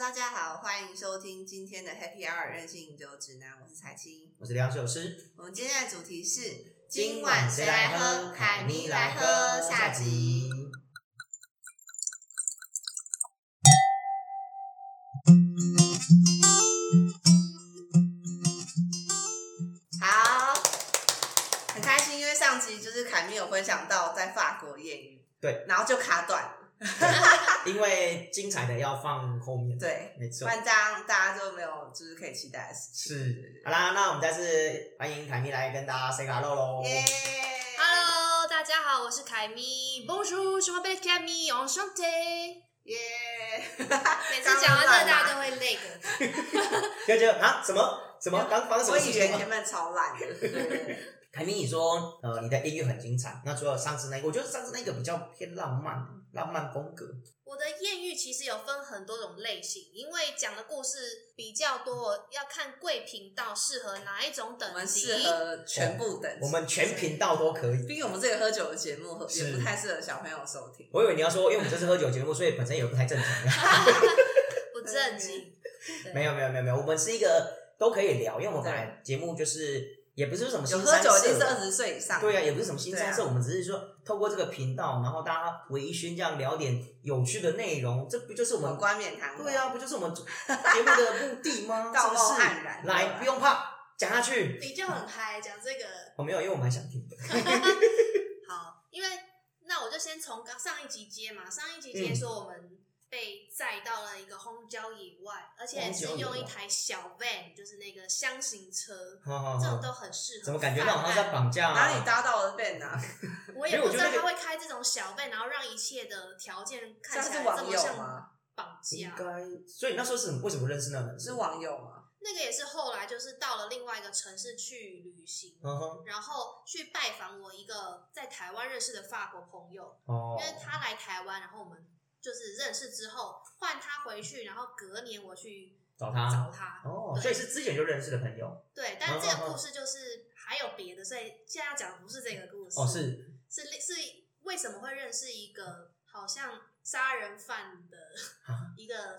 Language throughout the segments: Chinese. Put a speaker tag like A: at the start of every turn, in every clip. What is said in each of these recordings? A: 大家好，欢迎收听今天的 Happy Hour 任性饮酒指南，我是彩青。
B: 我是梁首诗。
A: 我们今天的主题是
B: 今晚谁来喝？
A: 凯
B: 凯
A: 咪
B: 咪
A: 来
B: 来
A: 喝
B: 喝
A: 下
B: 下
A: 集
B: 集。。
A: 好，很开心，因为上集就是凯咪有分享到在法国艳遇，
B: 对，
A: 然后就卡断了，
B: 因为精彩的要放后面。，
A: 对，
B: 没
A: 不
B: 错。
A: 然这样大家就没有就是可以期待的事情。
B: 是，好啦，那我们再次欢迎凯咪来跟大家 say hello 喽。
A: 耶
C: Hello，大家好，我是凯咪。Bonjour, je m'appelle Camille, enchantée。
A: 耶！
C: 每次讲完这个，大家都会那个。
B: 就觉得啊，什么什么刚发生什
A: 我
B: 么事
A: 以为前
B: 情？
A: 面超烂的， 对
B: 凯咪，你说呃，你的音乐很精彩。那除了上次那个，我觉得上次那个比较偏浪漫，浪漫风格。
C: 我的艳遇其实有分很多种类型，因为讲的故事比较多，要看贵频道适合哪一种
A: 我
C: 等
A: 们
C: 级
A: 适。合全部等级
B: 我，们全频道都可以。
A: 毕竟我们这个喝酒的节目也
B: 是
A: 不太适合小朋友收听。
B: 我以为你要说，因为我们这是喝酒节目，所以本身也不太正常。
C: 不正经，对
B: 没有没有没有没有，我们是一个都可以聊，因为我们本来节目就是也不是什么
A: 有
B: 新
A: 喝
B: 三
A: 酒一定
B: 色
A: 是二十岁以上，
B: 对啊，也不是什么新三色，
A: 对啊
B: 我们只是说透过这个频道，然后大家微醺这样聊点有趣的内容，这不就是我
A: 我
B: 们
A: 冠冕堂皇。
B: 对啊，，不就是我们节目的目的吗？
A: 道貌
B: 是不是
A: 岸然对啊吧
B: 来，不用怕，讲下去。
C: 你就很嗨，讲这个
B: 我没有，因为我蛮想听的。
C: 好，因为那我就先从刚上一集接嘛，上一集接
B: 嗯
C: 说我们被载到了一个荒郊野外，而且
B: 荒郊
C: 是
B: 野
C: 用一
B: 外
C: 台小 van，就是那个箱型车。
B: 好好
C: 这种
B: 好，
C: 都很适合。
B: 哦怎么感觉到好像在？绑架
A: 哪里
B: 啊？
A: 搭到了 Ben 啊？
C: 我也不知道他会开这种小费，然后让一切的条件看
A: 他
C: 起
A: 是
C: 来这
A: 网
C: 么
A: 友
C: 像
A: 吗？
C: 绑
B: 应
C: 架。
B: 该，所以那时候是为什么认识那个人？
A: 是网友吗？
C: 那个也是后来就是到了另外一个城市去旅行，
B: 嗯哼，
C: 然后去拜访我一个在台湾认识的法国朋友，因
B: 哦，
C: 为他来台湾，然后我们就是认识之后换他回去，然后隔年我去
B: 找他
C: 找他。
B: 哦，所以是之前就认识的朋友
C: 对，但是这
B: 哦哦
C: 个
B: 哦
C: 故事就是还有别的，所以现在要讲的不是这个故事
B: 哦，是
C: 是是为什么会认识一个好像杀人犯的
B: 啊
C: 一个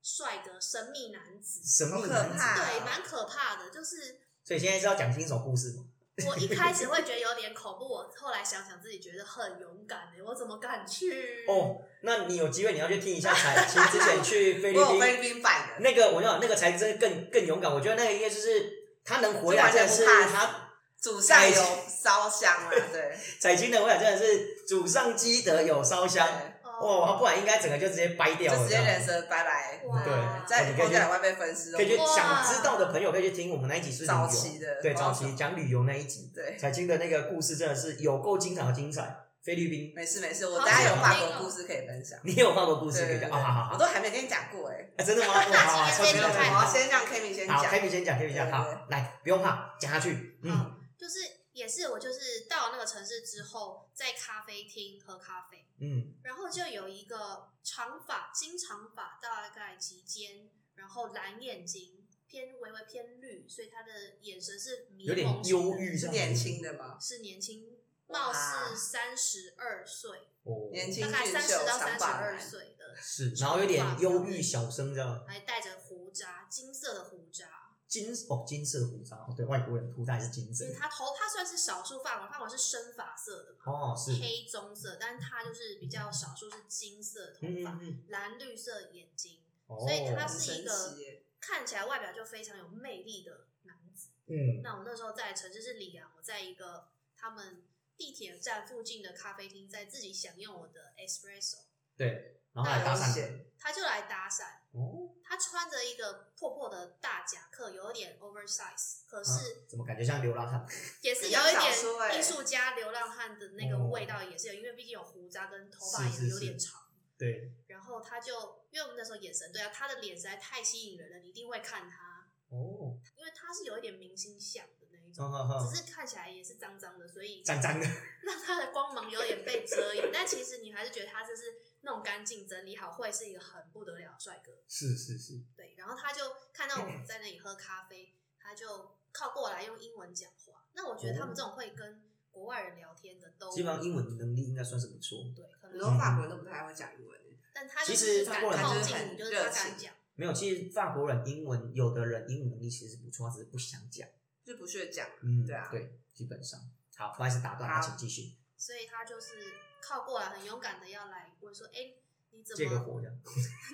C: 帅哥神秘男子？
B: 神秘
A: 好
B: 男
A: 可
B: 子
A: 怕，
C: 对，蛮可怕的。就是
B: 所以现在是要讲新手故事吗？
C: 我一开始会觉得有点恐怖，我后来想想自己觉得很勇敢的、欸我怎么敢去？
B: 哦，那你有机会你要去听一下 彩青之前去
A: 我
B: 菲律
A: 有
B: 宾
A: 菲律宾版的，
B: 那个，我讲那个才真的更更勇敢。我觉得那个应该就是他能回来，
A: 就
B: 真
A: 完全
B: 的是
A: 不怕死
B: 他
A: 祖上有烧香啊，对，
B: 彩青能回来，真的是祖上积德有烧香
A: 对
B: 哦，他
C: 哦，
B: 不然应该整个就直接掰掉
A: 就
B: 了。
A: 直接人生拜拜。
C: 哇
B: 对
A: 在以
B: 你可以
A: 后
B: 去
A: 在海外被分尸哦
B: 可以去
C: 哇
B: 想知道的朋友可以去听我们那一集是旅
A: 早期
B: 游，
A: 的，
B: 对，早期讲旅游那一集，
A: 对，
B: 彩青的那个故事真的是有够精彩，的精彩。菲律宾，
A: 没事没事，我
C: 好
A: 等下有
C: 想
A: 法
C: 听哦
A: 国故事可以分享。
B: 你也有法国故事
A: 对
B: 可以
A: 对
B: 讲
A: 对，
B: 啊？好好好
A: 我，都还没跟你讲过哎。
B: 啊真的吗？哇，好好超
C: 对
B: 级
A: 没有，
C: 对
B: 好
C: 对
A: 我要先让 Kimi 先
B: 好
A: 讲。
B: ，Kimi 先讲，Kimi 讲，
A: 对
B: 好，来，不用怕，讲下去，嗯，
C: 好，就是也是我就是到了那个城市之后，在咖啡厅喝咖啡，
B: 嗯，
C: 然后就有一个长发金长发，大概及肩，然后蓝眼睛，偏微微偏绿，所以他的眼神是迷
B: 有点
C: 蒙型的
B: 忧，郁，
A: 是年轻的吗？
C: 是年轻，貌似三十二岁，
B: 哦，
A: 年轻
C: 大概
A: 俊
C: 三十
A: 秀
C: 到
A: 长
C: 三十
A: 发
C: 二
A: 男
C: 岁的，
B: 是，然后有点忧郁小生这样，
C: 还带着胡渣，金色的胡渣，
B: 金哦金色胡渣，哦对外国人涂它也是金色
C: 因为，他头他算是少数发纹，发纹是深发色的嘛，
B: 哦是，
C: 黑棕色，但是他就是比较少数是金色头
B: 嗯
C: 发
B: 嗯，嗯，
C: 蓝绿色眼睛，
B: 哦，
C: 所以他
A: 很
C: 是一
A: 神
C: 个
A: 奇欸耶
C: 看起来外表就非常有魅力的男子。
B: 嗯
C: 那我那时候在城市是里昂，我在一个他们地铁站附近的咖啡厅，在自己享用我的 espresso，
B: 对，然后还搭
A: 那有
B: 讪
A: 险
B: 人，
C: 他就来搭讪。
B: 哦，
C: 他穿着一个破破的大夹克，有点 oversize，可
B: 啊
C: 是
B: 怎么感觉像流浪汉？
C: 也
A: 比
C: 是有
A: 较
C: 一
A: 少数欸
C: 点艺术家流浪汉的那个
B: 哦
C: 味道，也是有，因为毕竟有胡渣跟头发
B: 是是
C: 也有
B: 是
C: 点长。
B: 对，
C: 然后他就，因为我们那时候眼神对啊，他的脸实在太吸引人了，你一定会看他，
B: 哦，
C: 因为他是有一点明星相的那一种。
B: 哈哈哈，
C: 只是看起来也是脏脏的，所以
B: 哦脏脏的，
C: 让它的光芒有点被遮掩。但其实你还是觉得他就是那种干净整理好，会是一个很不得了的帅哥。
B: 是是是，
C: 对，然后他就看到我们在那里喝咖啡，他就靠过来用英文讲话。那我觉得他们这种会跟国外人聊天的都
B: 基本上英文能力应该算是不错，
C: 对，可
A: 很
C: 能
A: 多
C: 是
A: 法国人都不太会讲英文耶，
C: 但他
B: 其
C: 就
B: 实
C: 是
B: 他
C: 敢
B: 过来
C: 靠
A: 就是
C: 近
A: 很
C: 你，就是
A: 热
C: 他
A: 情
C: 敢讲。
B: 没有，其实法国人英文有的人英文能力其实不错，他只是不想讲。
A: 就不屑讲。
B: 嗯，
A: 对啊
B: 对，基本上。好，不好意思打断了，
A: 好
B: 请继续。
C: 所以他就是靠过来，很勇敢的要来问说：“哎、你怎
B: 借个
C: 么
B: 火这样。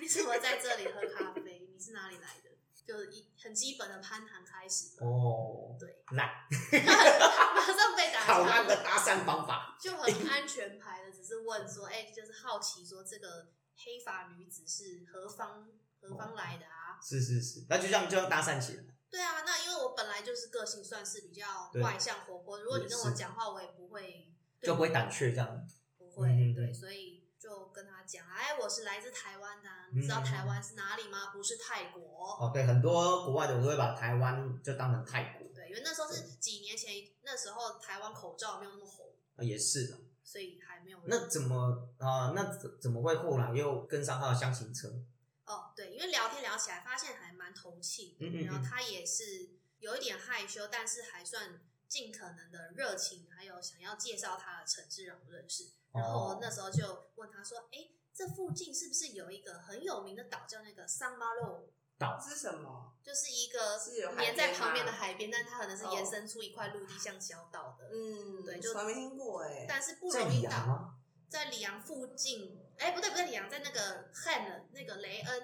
C: 你怎么在这里喝咖啡？你是哪里来的？” 就是一很基本的攀谈开始，
B: 哦，
C: 对，
B: 烂，
C: 马上被打
B: 好
C: 枪，
B: 烂的搭讪方法。
C: 就很安全牌的，只是问说：“哎、就是好奇说这个黑发女子是何方何方来的啊？”
B: 是是是，那就这样就要搭讪起来。
C: 对啊，那因为我本来就是个性算是比较
B: 对
C: 外向活泼，如果你跟
B: 也
C: 我
B: 是
C: 讲话，我也不会对
B: 就不会
C: 你
B: 胆怯这样，
C: 不会、
B: 嗯
C: 对，所以就跟他讲，哎，我是来自台湾的、啊，
B: 嗯
C: 你知道台湾是哪里吗？不是泰国。
B: 哦，对，很多国外的我都会把台湾就当成泰国，
C: 对，因为那时候是几年前，那时候台湾口罩没有那么红，
B: 呃也是啊。
C: 所以还没有
B: 那怎么啊、那怎怎么会后来又跟上他的相亲车？
C: 哦，对，因为聊天聊起来发现还蛮投契的，
B: 嗯嗯嗯
C: 然后他也是有一点害羞，但是还算尽可能的热情，还有想要介绍他的城市让我认识。
B: 哦
C: 然后我那时候就问他说：“哎、这附近是不是有一个很有名的岛叫那个桑巴洛？
A: 这是什么？
C: 就是一个
A: 是有海
C: 连在
A: 边
C: 旁边的
A: 吗
C: 海边，但它可能是延
A: 哦
C: 伸出一块陆地像小岛的，
A: 嗯，
C: 对就
A: 从来没听过哎、
C: 但是不
B: 在
C: 容
B: 里
C: 易
B: 昂
C: 到。
B: 吗？
C: 在里昂附近，哎、不对不对，里昂在那个汉人那个雷恩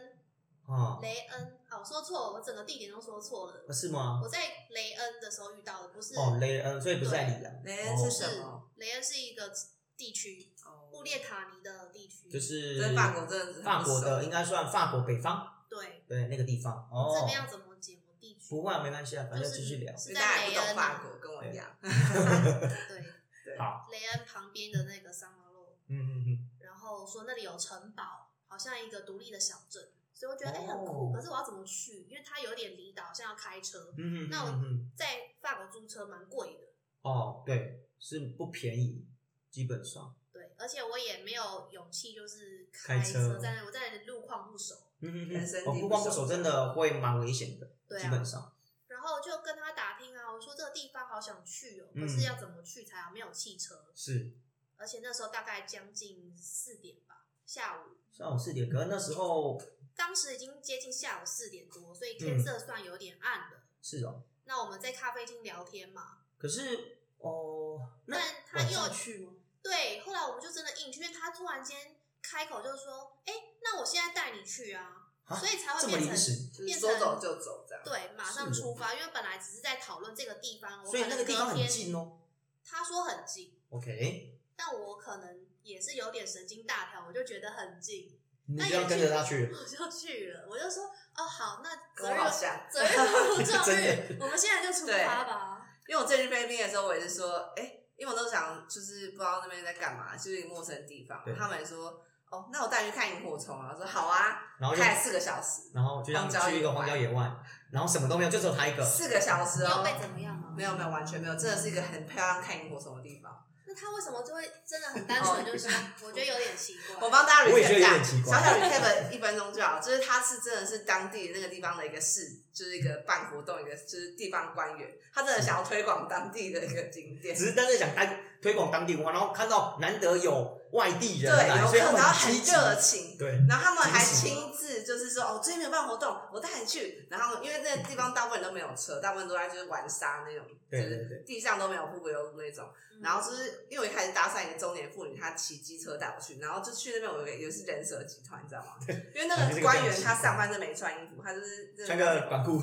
B: 啊、
C: 雷恩，哦，我说错了，我整个地点都说错了。
B: 是吗
C: 我？在雷恩的时候遇到的，不是
B: 哦，雷恩，所以不是在里昂，
A: 雷恩是
B: 哦
A: 什
C: 是
A: 么？
C: 雷恩是一个地区，布
A: 哦，
C: 列塔尼的地区，
B: 就是
A: 在法国真的是
B: 法国的，应
A: 该
B: 该算法国北方，
C: 对，
B: 对那个地方。哦，
C: 这边要怎么解我地区？
B: 不会啊，没关系啊，反
C: 就
B: 正
C: 是
B: 继续聊。
C: 是
A: 大
C: 在
A: 家也
C: 雷
A: 不懂
C: 恩
A: 法
C: 啊，
A: 国，跟我一样。
C: 对，
B: 好，
C: 雷恩旁边的那个桑马洛，
B: 嗯嗯嗯，
C: 然后说那里有城堡，好像一个独立的小镇，所以我觉得哎、
B: 哦
C: 很酷，可是我要怎么去？因为它有点离岛，好像要开车，
B: 嗯嗯，
C: 那我
B: 嗯嗯
C: 在法国租车蛮贵的，
B: 哦，对，是不便宜，基本上，
C: 对，而且我也没有勇气就是
B: 开车
C: 车，在那我在路况不熟，
B: 嗯嗯
A: 人生
B: 嗯，
A: 地
B: 哦，
A: 不
B: 不光不
A: 熟
B: 熟，真的会蛮危险的，
C: 对
B: 基
C: 啊
B: 本上，
C: 然后就跟他打听啊，我说这个地方好想去哦，
B: 嗯
C: 可是要怎么去才好？没有汽车，
B: 是
C: 而且那时候大概将近四点吧，下午，
B: 上午四点，可是那时候
C: 当时已经接近下午四点多，
B: 嗯
C: 所以天色算有点暗了。
B: 是哦，
C: 那我们在咖啡厅聊天嘛，
B: 可是哦，那
C: 但他
B: 晚
C: 又
B: 上去吗？
C: 对，后来我们就真的硬去，因为他突然间开口就说：“哎，那我现在带你去啊！”
B: 啊
C: 所以才
B: 这
C: 会
B: 么
C: 变
B: 临
C: 成
B: 时，
A: 就是
C: 变
A: 说
C: 成
A: 走就走这样。
C: 对，马上
B: 是哦
C: 出发，因为本来只是在讨论这个地方，我
B: 所以
C: 可
B: 那
C: 能
B: 个地方
C: 隔
B: 很
C: 天
B: 近哦。
C: 他说很近，
B: OK，
C: 但我可能也是有点神经大条，我就觉得很近，
B: 你
C: 那
B: 就要
C: 也
B: 跟
C: 去
B: 着他去，
C: 我就去了。我就说哦好，那
A: 跟
C: 择
A: 我
C: 日
A: 好像
C: 择日 不撞
B: 真
C: 日，我们现在就出发吧。
A: 因为我最近菲律宾的时候，我也是说，哎、因为我都想就是不知道那边在干嘛，就是一个陌生的地方
B: 对。
A: 他们也说，哦，那我带你去看萤火虫啊。我说好啊，
B: 然后就
A: 开了四个小时，
B: 然后就让
A: 荒郊
B: 去一个
A: 野
B: 荒
A: 外
B: 郊野外，然后什么都没有，就只有他一个。
A: 四个小时
C: 你又
A: 哦，
C: 被怎么样啊了？
A: 没有没有完全没有，真的是一个很漂亮看萤火虫的地方。
C: 那他为什么就会真的很单纯，就是
B: 哦
C: 我觉得有点奇怪。
A: 我帮大家
B: 我也觉
A: recap
B: 得
A: 一
B: 有
A: 下
B: 点，奇怪
A: 小小 recap 一分钟就好。就是他是真的是当地那个地方的一个市，就是一个办活动，一个就是地方官员，他真的想要推广当地的一个景点。
B: 只是单纯想当推广当地文化，然后看到难得有外地
A: 对，
B: 人
A: 游
B: 来，所
A: 客
B: 以他们
A: 然后
B: 积
A: 很
B: 极
A: 热情，
B: 对，
A: 然后他们还
B: 惊喜
A: 亲自就是说哦，最近没有办活动，我带你去。然后因为那个地方大部分人都没有车，大部分都在就是玩沙那种，就
B: 对对
A: 是
B: 对
A: 地上都没有瀑布游路那种。
C: 嗯
A: 然后就是因为我一开始搭讪一个中年妇女，她骑机车带我去，然后就去那边我有个也是人蛇集团，你知道吗？因为那个官员他上半身没穿衣服，他就是
B: 穿个短裤，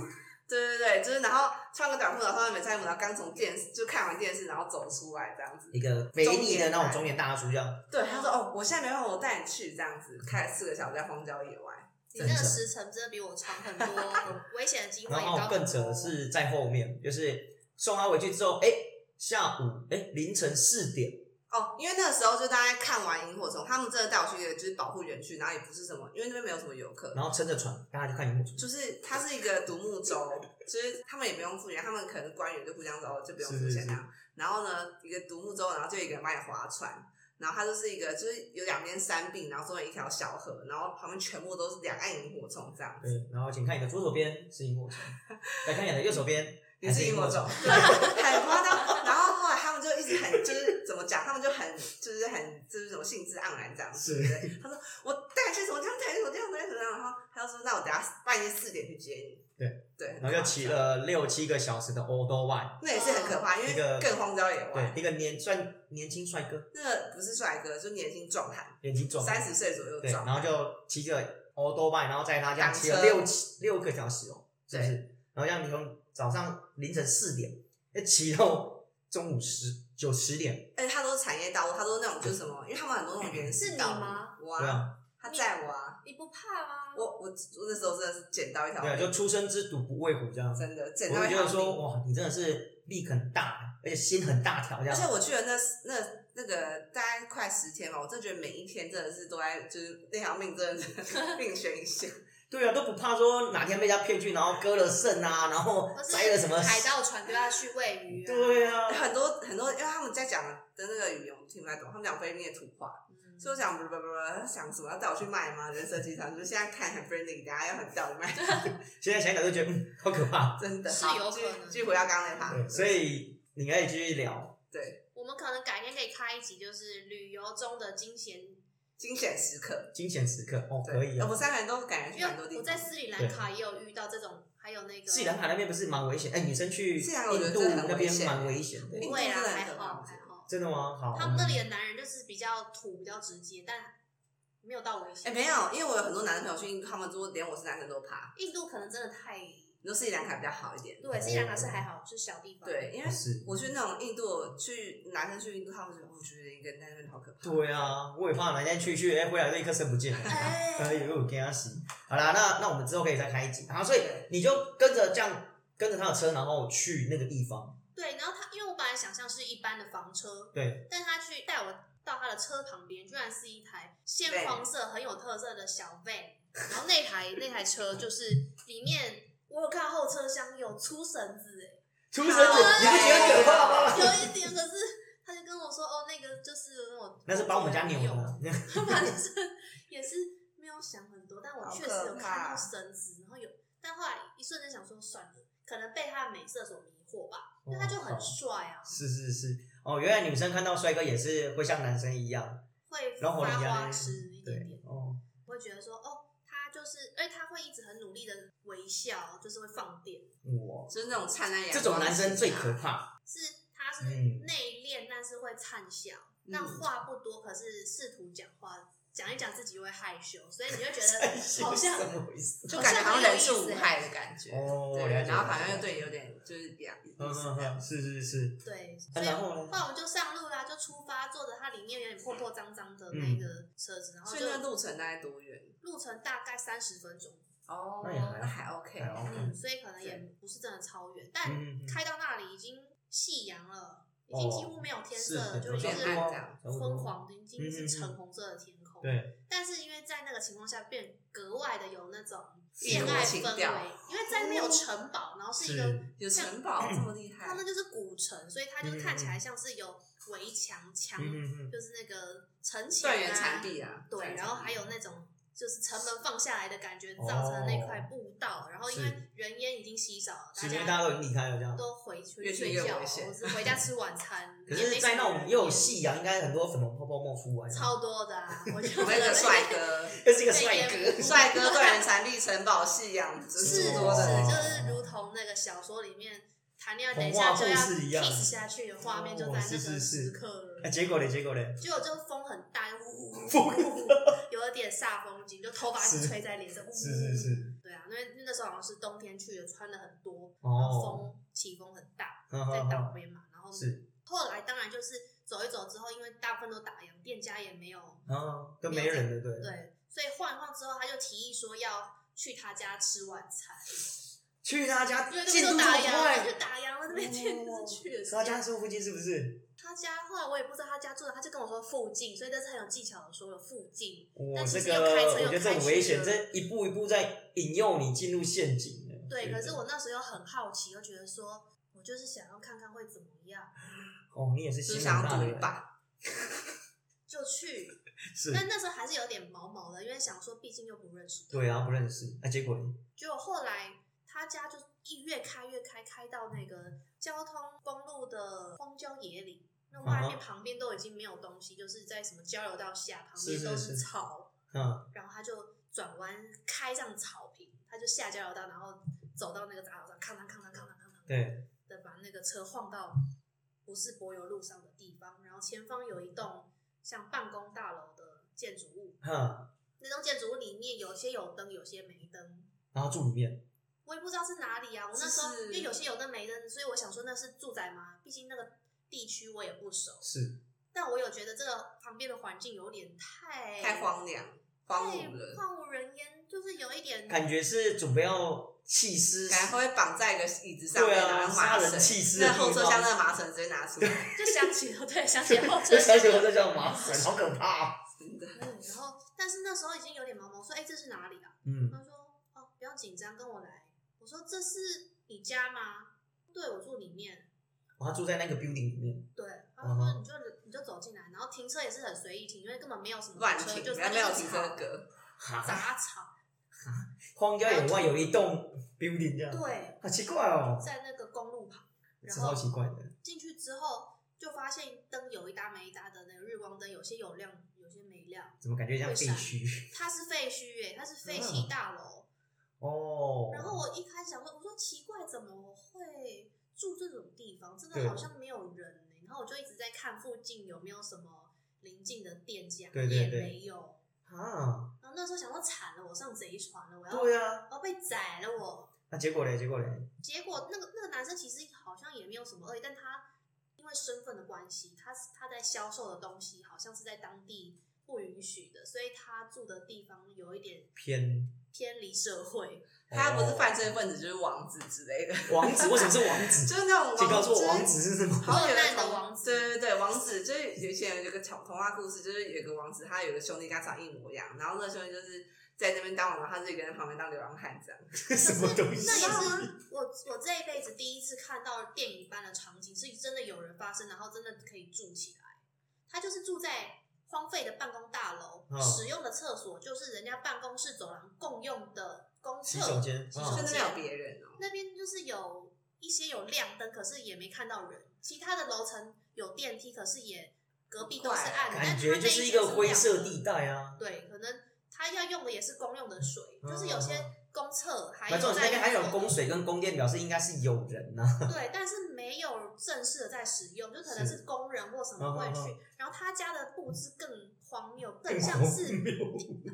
A: 对对对，就是然后穿个短裤，然后上面没穿衣服，然后刚从电视就看完电视，然后走出来这样子。
B: 一个肥腻的那种中年大叔这样，
A: 对，他说哦，我现在没办法，我带你去这样子，开了四个小时在荒郊野外。
C: 你那个时辰真的比我长 很多，危险的机会
B: 然
C: 也高很
B: 后
C: 多
B: 更扯的，是在后面，就是送他回去之后，哎，下午哎凌晨四点，
A: 哦，因为那个时候就大家看完萤火虫，他们真的带我去一个就是保护园区，然后也不是什么，因为那边没有什么游客，
B: 然后撑着船，大家就看萤火虫，
A: 就是它是一个独木舟，就是他们也不用付钱，他们可能官员就互相说哦就不用
B: 是
A: 付
B: 是
A: 钱
B: 是
A: 这样。然后呢，一个独木舟，然后就有一个人帮你划船，然后它就是一个就是有两边山壁，然后中间一条小河，然后旁边全部都是两岸萤火虫这样子，
B: 对，然后请看你的左手边是萤火虫，再看你的右 手边
A: 也是
B: 还
A: 萤火虫，
B: 哎虫，
A: 对， 很夸张。然后后来他们就一直很就是怎么讲，他们就很就是很就是什么兴致盎然这样子。
B: 是
A: 他说我带你去什么地方，带你去什么地方，带你去什么地方。然后他就说那我等下帮已经四点去接你，
B: 对
A: 对，
B: 然后又骑了六七个小时的 o l d One，
A: 那也是很可怕，因
B: 一个
A: 为更荒郊野外。
B: 对，一个年算年轻帅哥，
A: 那个不是帅哥，就年轻壮汉，
B: 年轻壮，
A: 三十，岁左右
B: 对，
A: 壮
B: 然后
A: 汉。
B: 就骑着 o l d One，然后在他这样骑了
A: 挡车
B: 六七六个小时哦，是不是？然后让你从早上凌晨四点，要骑到中午十九十点，
A: 而且他都是产业道路，他都是那种就是什么，因为他们很多那种原始
C: 嗯是你
A: 道路
C: 吗？
A: 我
B: 对
A: 啊，
B: 啊，
A: 他载我啊，
C: 你不怕吗？
A: 我我我那时候真的是捡到一条
B: 对啊，就出生之犊不畏虎这样。
A: 真的捡
B: 我
A: 到
B: 就
A: 一
B: 觉
A: 条
B: 得说，
A: 命。
B: 哇，你真的是力很大，而且心很大条这
A: 而
B: 样
A: 且。我去了那那那个大概快十天吧，我真的觉得每一天真的是都在就是那条命真的是 命悬一线。
B: 对啊，都不怕说哪天被人家骗去，然后割了 肾啊，然后
C: 或是
B: 摘了什么。
C: 海盗船丢下去喂鱼、啊？
B: 对啊，
A: 很多很多，因为他们在讲的那个语言我听不太懂，他们讲菲律宾的土话，
C: 嗯，
A: 所以我想不不不不，想什么要带我去卖吗？人设集团就是现在看很 friendly，大家要很带我 卖，
B: 现在想想就觉得，嗯，好可怕。
A: 真的
C: 是
A: 好
C: 有
A: 继
C: 可
A: 续
C: 能
A: 继续回到刚刚那趴，
B: 对所以你可以继续聊。
A: 对
C: 我们可能改天可以开一集，就是旅游中的惊险。
A: 惊险时刻，
B: 金钱时刻哦，
A: 对
B: 可以
A: 呃我
B: 啊。
A: 们三个人都感觉去
C: 因
A: 蛮多地
C: 为
A: 方，
C: 我在斯里兰卡也有遇到这种，还有那个
B: 斯里兰卡那边不是蛮危险？哎，女生去
A: 斯里兰
C: 啊
A: 卡我觉得
B: 印度
A: 真的很
B: 那
A: 危
B: 边
A: 险
B: 蛮危险的。
A: 印
C: 不
A: 度
C: 会
A: 真
C: 啦，
A: 的很
C: 还
A: 可怕
C: 好
A: 我觉
C: 还
A: 得
C: 好。
B: 真的吗？好，
C: 他们那里的男人就是比较土，比较直接，但没有到危
A: 哎、
C: 险。
A: 没有，因为我有很多男生朋友去印度，他们说连我是男生都怕，
C: 印度可能真的太
A: 你说斯里兰卡比较好一点，
C: 对，斯里兰卡是还好，是小地方。
A: 对，因为
B: 不是。
A: 我去那种印度去男生去印度，他们觉得哦我觉得一个人在那边好可怕，
B: 对啊，我也怕哪天去去，哎，回来就一颗肾不见了。 哎
C: 哎，
B: 呦，给他洗。好啦，那那我们之后可以再开一集。然后，所以你就跟着这样跟着他的车，然后去那个地方。
C: 对，然后他因为我本来想象是一般的房车，
B: 对，
C: 但他去带我到他的车旁边，居然是一台鲜黄色很有特色的小 van，然后那台那台车就是里面我有看到后车厢有粗绳子、欸，
B: 出生子，你不觉得可怕吗？
C: 有一点，可是他就跟我说，哦，那个就是那种，
B: 那是帮我们家牛
C: 用，
B: 的。
C: 他反正是也是没有想很多，但我
A: 好
C: 确实
A: 可
C: 有看
A: 怕
C: 到绳子，然后有，但后来一瞬间想说，算了，可能被他的美色所迷惑吧，因为他就很帅啊，
B: 哦是是是，哦，原来女生看到帅哥也是会像男生一样，
C: 会
B: 然后我理
C: 发
B: 解
C: 花痴一点
B: 对
C: 点，，
B: 哦，
C: 我会觉得说，哦，他就是，而且他会一直很努力的微笑，就是会放电，
B: 我
A: 就是那种灿烂阳光
B: 这种男生最可
A: 的时
B: 怕，
C: 是他是
B: 嗯
C: 内敛，但是会灿笑，
A: 嗯
C: 但话不多，可是试图讲话，讲一讲自己就会害羞，所以你就 觉
B: 是
C: 得好像
B: 怎么回事？
A: 候，就感觉好像人畜
C: 欸
A: 无害的感觉，
B: 哦，
A: 对，
B: 了解
A: 然后好像又，对你有点就是比较
B: 嗯嗯嗯，是是是，
C: 对，所
B: 那
C: 以
B: 然后呢
C: 后来我们就上路啦，就出发，坐着它里面有点破破脏脏的那个车子，然
A: 嗯
C: 后
A: 所以那
C: 就
A: 路程大概多远？
C: 路程大概三十分钟，
A: 哦
B: 那也还好
A: 那还 OK，
B: 还 OK
C: 嗯，所以可能也不是真的超远，但
B: 嗯，
C: 开到那里已经夕阳了，已经几乎没有天色
B: 是
C: 了，就已经
A: 差
C: 是
A: 不多
C: 昏，黄的，已经是橙红色的天空。
B: 嗯对，
C: 但是因为在那个情况下，变格外的有那种
A: 异
C: 恋
A: 国
C: 爱
A: 情
C: 氛围
A: 调，
C: 因为在那边有城堡，然后是一个
B: 是
A: 有城堡这么厉害
C: 它，那就是古城，所以它就是看起来像是有围墙墙，
B: 嗯嗯
C: 就是那个城墙
A: 断垣残
C: 啊，
A: 壁啊，
C: 对，然后还有那种。就是城门放下来的感觉，
B: 哦
C: 造成那块步道，然后因
B: 是
C: 为人烟已经稀少了，
B: 嗯，
C: 大
B: 是因为大家
C: 家
B: 都已经离开了这样。
C: 都回去
A: 越去
C: 睡
A: 越
C: 觉，
A: 危险
C: 或是回家吃 晚餐。
B: 可
C: 也
B: 是，
C: 没
B: 在
C: 什
B: 那
C: 么
B: 种
C: 人
B: 又有
C: 烟
B: 夕阳，应该很多粉红泡泡冒出来。
C: 超多的 啊！我就
A: 我
C: 觉得
A: 们一个帅
C: 那
A: 哥，
B: 这是一个帅哥，
A: 帅哥断垣残壁，城堡夕阳，这
C: 是
A: 诸
C: 是，
A: 多
B: 哦
A: 的。
C: 就是如同那个小说里面谈恋爱，等
B: 童
C: 一
B: 话
C: 下就要
B: 故事一样
C: kiss 下去的画面，就在
B: 哦是
C: 那
B: 是
C: 个
B: 是
C: 时刻了。
B: 哎，结果嘞，结果嘞，
C: 结果就风很大，呜呜呜，有点煞风景，就头发一直
B: 是
C: 吹在脸上，呜呜。
B: 是是。是，
C: 对啊，因为那时候好像是冬天去的，穿的很多，然后
B: 哦，
C: 风起风很大，
B: 在
C: 在岛边嘛，然后
B: 是，
C: 后来当然就是走一走之后，因为大部分都打烊，店家也没有
B: 然后啊都没人了，对，
C: 对，所以晃一晃之后，他就提议说要去他家吃晚餐，
B: 去他家
C: 因为
B: 进
C: 那
B: 度这哦
C: 边
B: 么
C: 都打烊了，
B: 快，
C: 就打烊了，那边店就是去了。
B: 是他家住附近是不是？
C: 他家后来我也不知道他家住哪，他就跟我说附近，所以这是很有技巧的说了附近。
B: 我
C: 但
B: 这
C: 其实
B: 个
C: 又开车
B: 我
C: 又
B: 觉得这
C: 开
B: 很危
C: 去
B: 险，
C: 了
B: 这一步一步在引诱你进入陷阱了。
C: 对，
B: 觉
C: 可
B: 得
C: 是我那时候很好奇，又觉得说我就是想要看看会怎么样，
B: 哦，你也是
A: 就
B: 心
A: 是想
B: 很
A: 要
B: 大的
A: 赌一
B: 人，
A: 把，
C: 就去。
B: 是，
C: 但那时候还是有点毛毛的，因为想说毕竟又不认识他。
B: 对啊，不认识，那结果嘞，
C: 就后来他家就一越开越开，开到那个交通公路的荒郊野岭，那外面
B: 啊
C: 旁边都已经没有东西，就是在什么交流道下旁
B: 是
C: 边
B: 是
C: 都
B: 是
C: 草，
B: 嗯，
C: 然后他就转弯开上草坪，他就下交流道，然后走到那个匝道上，康康康康康康康康，
B: 对，
C: 的把那个车晃到不是柏油路上的地方，然后前方有一栋像办公大楼的建筑物，
B: 哼，
C: 那栋建筑物里面有些有灯，有些没灯，
B: 然后住里面，
C: 我也不知道是哪里啊。我那时候
A: 是
C: 因为有些有灯没灯，所以我想说那是住宅吗？毕竟那个地区我也不熟，
B: 是
C: 但我有觉得这个旁边的环境有点太
A: 太荒凉，
C: 哎太
A: 荒芜了，
C: 荒无人烟，就是有一点
B: 感觉是准备要弃尸，
A: 感觉会绑在一个椅子上面，
B: 对啊
A: 然后麻
B: 杀人弃
A: 绳，
B: 尸的地
A: 那
B: 方
A: 后车 厢那个麻绳直接拿出来，
C: 就想起了，对，想起后
B: 就
C: 车
B: 想
C: 厢
B: 起我这叫 麻绳，好可怕、哦
A: 真的。
C: 嗯，然后但是那时候已经有点毛毛，说哎、这是哪里啊？
B: 嗯，
C: 他说哦不要紧张，跟我来。我说这是你家吗？对，我住里面。
B: 我还住在那个 building 里面，
C: 对，他说
B: 嗯
C: 你就你就走进来，然后停车也是很随意停，因为根本没有什么
A: 乱
C: 车，
A: 停，
C: 就是
A: 没有没有停
C: 草
A: 车格，
B: 哈，
C: 杂草。
B: 荒郊野外有一栋 building 这样，，
C: 对，
B: 好奇怪哦，
C: 在那个公路旁，然
B: 超
C: 后
B: 奇怪的，
C: 进去之后就发现灯有一搭没一搭的那个日光灯，有些有亮，有些没亮。
B: 怎么感觉像
C: 会
B: 废
C: 闪
B: 墟？
C: 它是废墟耶、它是废弃
B: 嗯
C: 大楼。
B: 哦，
C: 然后我一开始想说，我说奇怪，怎么会住这种地方？真
B: 对
C: 的好像没有人呢、然后我就一直在看附近有没有什么邻近的店家，
B: 对对对
C: 也没有。
B: 啊，
C: 然后那时候想说惨了，我上贼船了，我要、
B: 对啊，
C: 我要被宰了我。
B: 那结果嘞？结果嘞？
C: 结果那个那个男生其实好像也没有什么恶意，但他因为身份的关系，他他在销售的东西好像是在当地不允许的，所以他住的地方有一点
B: 偏哦
C: 偏离社会。
A: 他不是犯罪分子就是王子之类的，
B: 王子，为什么是王 子？
A: 就是那种
B: 请告
A: 王
B: 诉我
A: 就是
B: 王子是什么？
A: 好像有
C: 破
A: 个
C: 烂的
A: 童
C: 王子
A: 对对对，王子就是有些人有个童童话故事，就是有个王子，他有个兄弟跟他长一模一样，然后那兄弟就是在那边当王，然后他自己跟在旁边当流浪汉这样。
B: 什么东西？啊
C: 那也是我我这一辈子第一次看到电影般的场景，是真的有人发生，然后真的可以住起来。他就是住在荒废的办公大楼，
B: 嗯
C: 使用的厕所就是人家办公室走廊共用的公
B: 洗手
C: 厕，
B: 间，
C: 洗
A: 就
C: 手
A: 是
B: 啊
C: 间
A: 那边有别人哦、
C: 那边就是有一些有亮灯，可是也没看到人。其他的楼层有电梯，可是也隔壁都是暗的，但
B: 感
C: 他
B: 觉
C: 那
B: 就是
C: 一
B: 一
C: 间
B: 个灰
C: 亮
B: 色
C: 的
B: 地带啊。
C: 对，可能他要用的也是公用的水，
B: 嗯
C: 就是有些公厕还
B: 反正我
C: 有
B: 那
C: 在
B: 边还有
C: 用
B: 供水跟供电，表示应该是有人呐、啊。
C: 对，但是没有正式的在使用，就可能
B: 是
C: 是工人或什
B: 嗯
C: 么会
B: 嗯
C: 去。
B: 嗯
C: 然后他家的布置更荒谬，更像是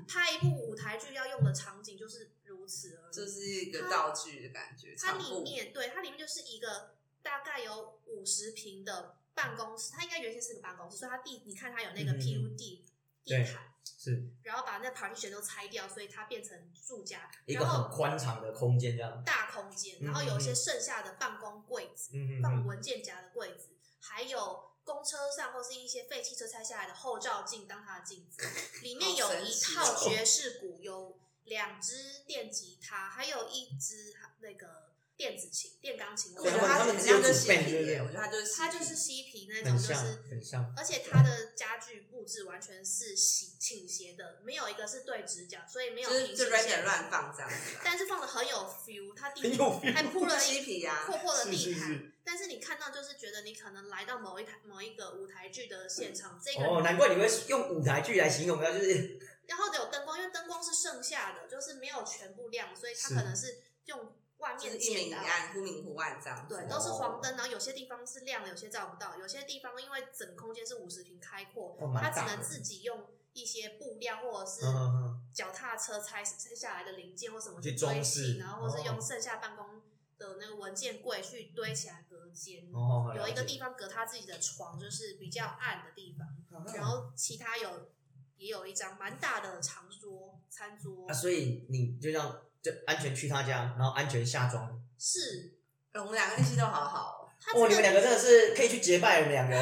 C: 拍一部舞台剧要用的场景，就是如此而已。
A: 就是一个道具的感觉，
C: 它
A: 场
C: 里
A: 布
C: 面对它里面就是一个大概有五十平的办公室，它应该原先是个办公室，所以它地你看它有那个
B: 嗯嗯嗯
C: PU 地、
B: 对
C: 地毯，
B: 是
C: 然后把那 partition 都拆掉，所以它变成住家，
B: 一个
C: 然
B: 很嗯
C: 后
B: 宽敞的空间，这样。
C: 大空间，然后有一些剩下的办公柜子。
B: 嗯
C: 放
B: 嗯
C: 文件夹的柜子，还有公车上或是一些废弃车拆下来的后照镜当它的镜 子，里面有一套
B: 哦
C: 爵士鼓，有两只电吉他，还有一只那个电子琴、电钢琴。我
A: 我觉得
C: 觉
B: 哦
C: 得
B: 他
A: 它
B: 们
A: 很
B: 只有
A: 像跟
B: 煮
A: 嬉
B: 饭
A: 皮
B: 对不对
A: 耶，我觉得它就是
C: 它就是
A: 嬉皮
C: 嬉皮那
B: 嗯，
C: 种，
B: 很
C: 就
B: 像
C: 是，
B: 很像。
C: 而且它的家具布置完全是倾倾斜的，没有一个是对直角，所以没有
A: 就是
C: 平
A: 就
C: 行
A: 乱点
C: 线。
A: 乱放这样子啊，
C: 但是放的很有 feel，它地
B: 很有 feel
C: 还铺了
A: 嬉
C: 一
A: 皮呀、
C: 破
A: 啊，
C: 破的
B: 是
C: 地
B: 是
C: 毯，
B: 是
C: 但是你看到就是觉得你可能来到某一台某一个舞台剧的现场，这个
B: 哦，难怪你会用舞台剧来形容它，就是
C: 然后有灯光，因为灯光是剩下的，就是没有全部亮，所以它
B: 是
C: 可能是用外
A: 就
C: 面
A: 是
C: 的
A: 一明一
C: 剪刀
A: 暗，忽明忽暗这样子。
C: 对，都
B: 哦
C: 是黄灯，然后有些地方是亮的，有些照不到，有些地方因为整个空间是五十平开阔
B: 哦，蛮
C: 它
B: 大的
C: 只能自己用一些布料或者是
B: 嗯嗯嗯，
C: 脚踏车拆拆下来的零件或什么
B: 去
C: 去
B: 装
C: 堆
B: 饰
C: 砌，然后或是
B: 哦
C: 用剩下办公的那个文件柜去堆起来隔间。
B: 哦，
C: 有一个地
B: 方，
C: 方隔他自己的床，就是比较暗的地方，
B: 啊
C: 然后其他有也有一张蛮大的长桌餐桌
B: 啊，，所以你就让就安全去他家，然后安全下庄。
C: 是
A: 哎我们两个运气都好好、哦，
C: 他
B: 哦，你们
C: 这
B: 两个真的是可以去结拜，你们 两个，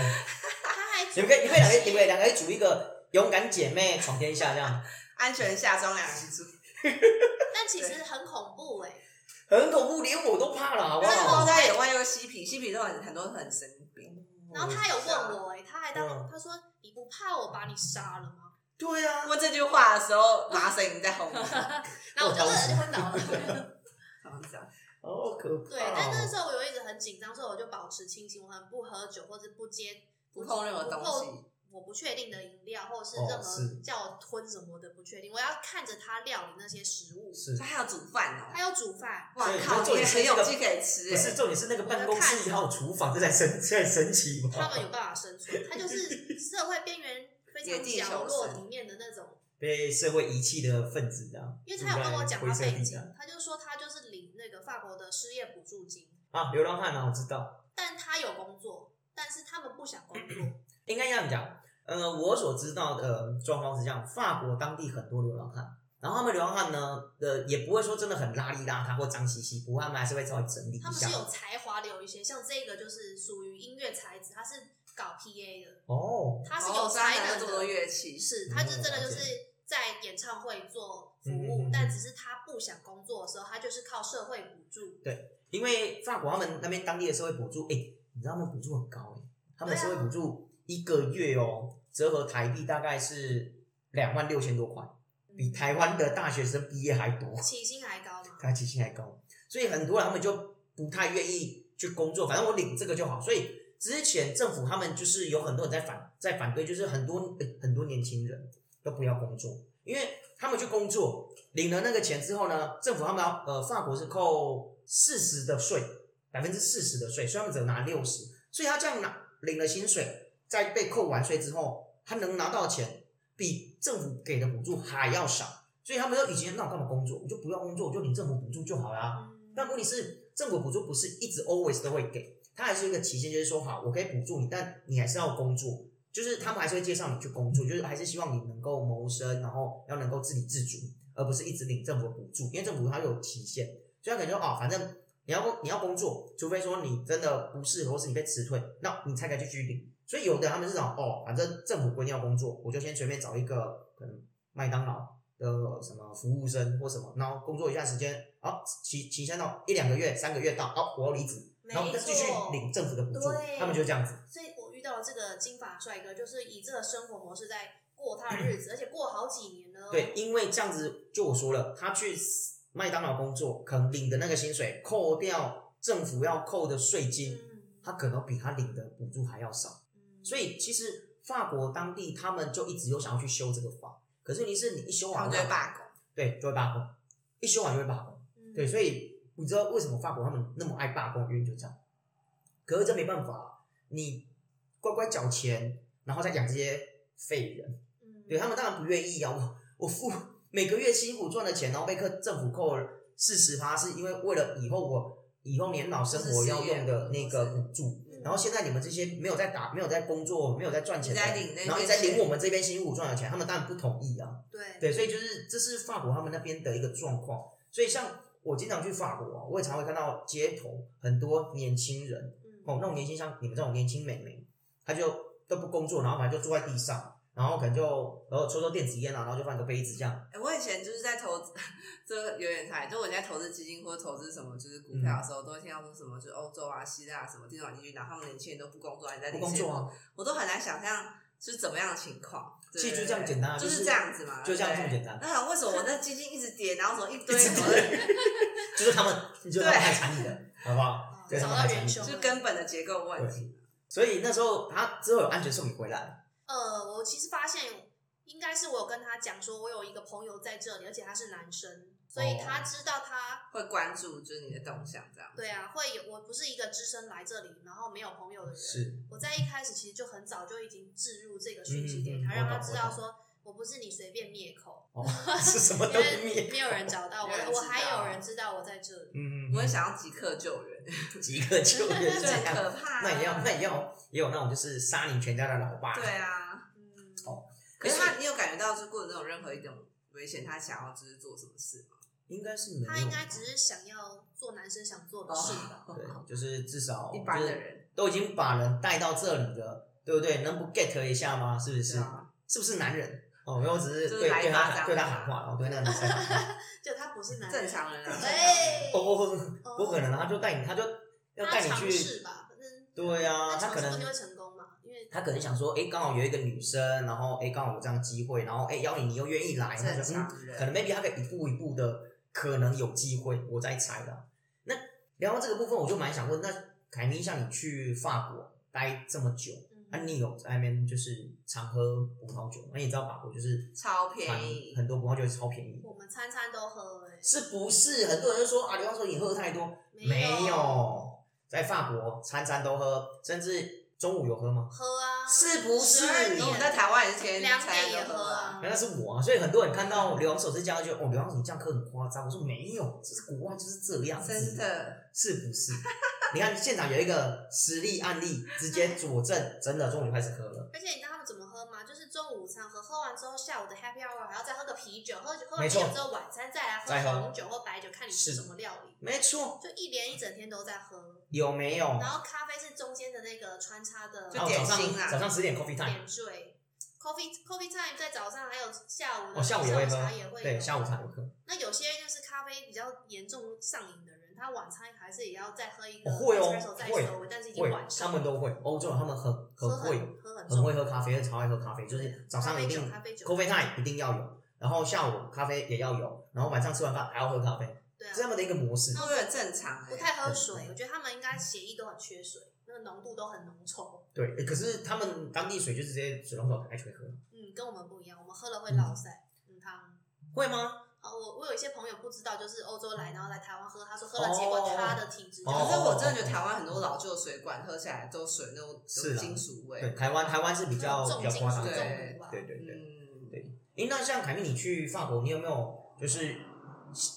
C: 他还
B: 你们可以，你们两个，你们两个可以组一个勇敢姐妹闯天下这样。
A: 安全下装两人组，
C: 但其实很恐怖哎、
B: 哦很恐怖，连我都怕了，
C: 哦
B: 好不
A: 但是
B: 好
A: 猫？在野外又嬉皮，嬉皮都很很多很生病。
C: 然后他有问我哎、他还当、
B: 嗯
C: 他说你不怕我把你杀了吗？
B: 对啊，
A: 问这句话的时候，麻绳已经在后面，
C: 然后我就
B: 我
C: 呃
B: 当时
C: 就昏倒了。
A: 好像这样。
B: 好可怕哦。
C: 对，但那时候我有一直很紧张，所以我就保持清醒，我很不喝酒或者不接
A: 不碰任何东西，
C: 我不确定的饮料，或者是
B: 哦
C: 任
B: 是
C: 何叫我吞什么的不确定，我要看着他料理那些食物，
B: 是
A: 他，还有煮饭哦，
C: 他有煮饭，
A: 哇
B: 所以
A: 靠，
B: 就
A: 你也
B: 是
A: 很
B: 一个
A: 有机可以吃
B: 不是
A: 哎，
B: 重点是那个办公室还有厨房，这才神这才神奇
C: 他们
B: 吧？
C: 有办法生存，他就是社会边缘非
A: 野
C: 常
A: 地
C: 角
A: 求
C: 落
A: 生
C: 里面的那种
B: 被社会遗弃的分子这样，
C: 因为他有跟我讲他
B: 住在灰色
C: 背
B: 地
C: 景
B: 带，
C: 他就说他就是领那个法国的失业补助金，
B: 啊，流浪汉啊，我知道。
C: 但他有工作，但是他们不想工作，
B: 应该这样讲，呃，我所知道的状况是这样：法国当地很多流浪汉，然后他们流浪汉呢，呃，也不会说真的很邋里邋遢或脏兮兮，不过他们还是会稍微整理一
C: 他们是
B: 下。
C: 有才华的，有一些像这个就是属于音乐才子，他是搞 PA 的，
B: 哦，
C: 他是
A: 哦
C: 有
A: 所以他
C: 才
A: 拿了
C: 能
A: 这么多
C: 的，
A: 乐器，
C: 是
B: 嗯
C: 他就真的
B: 了
C: 就
B: 解
C: 是在演唱会做服
B: 嗯嗯
C: 务
B: 嗯，
C: 但只是他不想工作的时候，他就是靠社会补助。
B: 因为法国他们那边当地的社会补助，哎、你知道他们补助很高哎、他们的社会补
C: 啊
B: 助一个月哦，折合台币大概是两万六千多块，比
C: 嗯
B: 台湾的大学生毕业还多。
C: 起薪还高嘛？
B: 他起薪还高，所以很多人他们就不太愿意去工作，反正我领这个就好。所以之前政府他们就是有很多人在反在反对，就是很多、呃很多年轻人都不要工作，因为他们去工作领了那个钱之后呢，政府他们要呃法国是扣四十的税，百分之四十的税，所以他们只能拿六十，所以他这样拿领了薪水，在被扣完税之后，他能拿到的钱比政府给的补助还要少。所以他们说以前那我干嘛工作？我就不要工作，我就领政府补助就好啦。
C: 嗯
B: 但问题是，政府补助不是一直 always 都会给，它还是有一个期限，就是说好，我可以补助你，但你还是要工作，就是他们还是会介绍你去工作，就是还是希望你能够谋生，然后要能够自给自足，而不是一直领政府的补助，因为政府它有期限，所以他可能就哦，反正你要工你要工作，除非说你真的不适合，或是你被辞退，那你才可以去续领。所以有的人他们是想哦，反正政府规定要工作，我就先随便找一个可能麦当劳的什么服务生或什么，然后工作一段时间，好期期限到一两个月、三个月到，好我要离职，
C: 没
B: 然后再继续
C: 错
B: 领政府的补助
C: 对，
B: 他们就这样子。
C: 所以我遇到这个金发帅哥，就是以这个生活模式在过他的日 子，而且过好几年
A: 嗯
C: 呢。
B: 对，，因为这样子，就我说了，他去麦当劳工作，可能领的那个薪水扣掉政府要扣的税金，
C: 嗯，
B: 他可能比他领的补助还要少。
C: 嗯
B: 所以其实法国当地他们就一直有想要去修这个法，可是问题是你一修
A: 他
B: 完
A: 们就会罢工。
B: 对，就会罢工，一修完就会罢工。
C: 嗯
B: 对，所以你知道为什么法国他们那么爱罢工，原因就这样。可是这没办法，你乖乖缴钱，然后再养这些废人，
C: 嗯
B: 对他们当然不愿意啊。我我付每个月辛苦赚的钱，然后被克政府扣四十趴，是因为为了以后我以后年老生活要用的那个补助。
C: 嗯
B: 然后现在你们这些没有在打、没有在工作、没有在赚钱的
A: 一直在领那
B: 人，
A: 边
B: 然后一直在领我们这边辛苦赚的钱，他们当然不同意啊。
C: 对
B: 对，所以就是这是法国他们那边的一个状况。所以像我经常去法国啊，我也常会看到街头很多年轻人
C: 嗯
B: 哦，那种年轻像你们这种年轻美眉，她就都不工作，然后反正就坐在地上，然后可能就然后抽抽电子烟啊，然后就放个杯子这样。
A: 欸我以前就是在投资， 这有点太，就我以前在投资基金或者投资什么，就是股票的时
B: 嗯
A: 候，都会听到说什么，就是欧洲啊、希腊啊什么地方地区，然后他们年轻人都不工作，还在
B: 不
A: 领
B: 工作啊
A: 薪水，我都很难想象是怎么样的情况。对
B: 其实就这样简单啊，
A: 就是是这样子嘛，
B: 就这样这
A: 对
B: 么简单
A: 那为什么我那基金一直跌，然后怎么一堆
B: 一直
A: 什么，
B: 就是 他们，就是他们太惨你了，好不好？
C: 啊
B: 对
C: 找
B: 他们太
C: 到
B: 惨
C: 元
B: 你
C: 凶了。
A: 就根本的结构问题。
B: 所以那时候他之后有安全送你回来，
C: 呃，我其实发现应该是我有跟他讲说，我有一个朋友在这里，而且他是男生，所以他知道他。
A: 会关注就是你的动向这样。
C: 对啊，会有我不是一个只身来这里，然后没有朋友的人。
B: 哦是
C: 我在一开始其实就很早就已经置入这个讯息给
B: 嗯嗯嗯
C: 他，
B: 我
C: 让他
B: 懂
C: 知
B: 我
C: 道
B: 懂
C: 说我不是你随便灭口，
B: 哦， 是什么
C: 因
B: 都不
C: 为
B: 灭，
C: 没有人找到我
A: 没有人，知
C: 我
A: 道
C: 还有人知道我在这里。
B: 嗯，嗯嗯
A: 我很想要即刻救人，
B: 即刻救人
A: 就
B: 这
A: 很
B: 样。
A: 可怕、啊。
B: 那也要，
C: 欸
B: 那也要，也有那种就是杀你全家的老爸。
A: 对，啊。
C: 嗯，
B: 哦
A: 可是他，你有感觉到，就过程中有任何一种危险，他想要就是做什么事吗？
B: 应该是没有哦吧。
C: 他应该只是想要做男生想做的事吧？
B: 对，就是至少
A: 一般的
B: 就是
A: 人，
B: 都已经把人带到这里了，对不对？能不 get 一下吗？是不是？
A: 对啊
B: 是不是男人？哦，没有，只是
A: 就是
B: 对
A: 来一
B: 对
A: 巴
B: 他
A: 掌
B: 对他喊话，然后对那个女生喊 话。
C: 就他不是男
A: 正
C: 人，
A: 常人啊。
C: 哎，
B: 哦哦，哦不可能啊，他就带你，他就要
C: 他
B: 带你
C: 尝
B: 去。
C: 试吧，反正
B: 对啊，他
C: 尝
B: 可
C: 试不
B: 能
C: 一定会成功嘛，因为
B: 他可能想说，哎，刚好有一个女生，然后哎，刚好有这样的机会，然后哎邀你，你又愿意来，
A: 正
B: 那就嗯，
A: 常人，
B: 可能 maybe 他可以一步一步的，可能有机会，我在猜啦。那聊到这个部分，我就蛮想问，那凯咪像你去法国待这么久，
C: 嗯
B: 啊，你有在那边就是常喝葡萄酒吗，那你知道法国就是
A: 超便宜
B: 产很多葡萄酒超便宜，
C: 我们餐餐都喝哎、
B: 是不是？很多人就说啊，刘教授你喝太多，没有，在法国餐餐都喝，甚至中午有喝吗？
C: 喝啊，
B: 是不是
C: 12
A: 然后我
C: 点
A: 们在台湾也是天天
C: 两点也
A: 餐都喝
C: 啊
A: 啊，
B: 那是我啊，所以很多人看到刘教授是这样，就觉得哦，刘教授你这样喝很夸张。我说没有，这是国外就是这样子，
A: 真的
B: 是不是？ 你看现场有一个实例案例，直接佐证，真的中午就开始喝了。
C: 而且你知道他们怎么喝吗？就是中午午餐喝，喝完之后下午的 happy hour 还要再喝个啤酒，喝喝完
B: 没
C: 啤
B: 错
C: 酒之后晚餐再来
B: 再喝
C: 喝红酒或白酒，看你吃
B: 是
C: 什么料理。
B: 没错，
C: 就一连一整天都在喝，
B: 有没有？
C: 然后咖啡是中间的那个穿插的
A: 就
B: 哦
A: 点
B: 早上
A: 心啊
B: 早上十点 coffee time，
C: 点缀。Coffee Coffee time 在早上还有下午的
B: 哦，下午也会喝
C: 茶也，会
B: 对，
C: 有
B: 下午茶有喝。
C: 那有些就是咖啡比较严重上瘾的人，他晚餐还是也要再喝一个
B: 哦会哦
C: espresso 再
B: 会
C: 收尾，但是已经
B: 会
C: 晚，
B: 他
C: 上
B: 们都会，欧洲人他们很
C: 喝
B: 很
C: 很
B: 会，
C: 喝很
B: 很
C: 重
B: 会喝咖啡，超爱喝咖啡，就是早上一定
C: 咖啡酒咖啡
B: coffee
C: 酒
B: time 一定要有，然后下午咖啡也要有，然后晚上吃完饭还要喝咖啡，
C: 对
B: 这
C: 啊，
B: 么的一个模式
A: 那。我觉得很正常
C: 不
A: 欸。
C: 太喝水，我觉得他们应该血液都很缺水，那个浓度都很浓稠。
B: 对，诶可是他们当地水就直接水龙头打开就会喝，
C: 嗯，跟我们不一样，我们喝了会落塞。嗯，汤。
B: 会吗？
C: 好，哦我我有一些朋友不知道，就是欧洲来，然后来台湾喝，他说喝了，结果他的体质就
A: 可
B: 哦
C: 是
A: 是我真的觉得台湾很多老旧水管喝起来都水那种
B: 是
A: 有
B: 啊
A: 金属味，
B: 对，台湾台湾是比较
C: 重啊
B: 比较
C: 金属
B: 夸
C: 中
B: 张，
A: 对
B: 对
C: 毒吧。
B: 对对对。
A: 嗯，
B: 对诶，那像凯蜜，你去法国，你有没有就是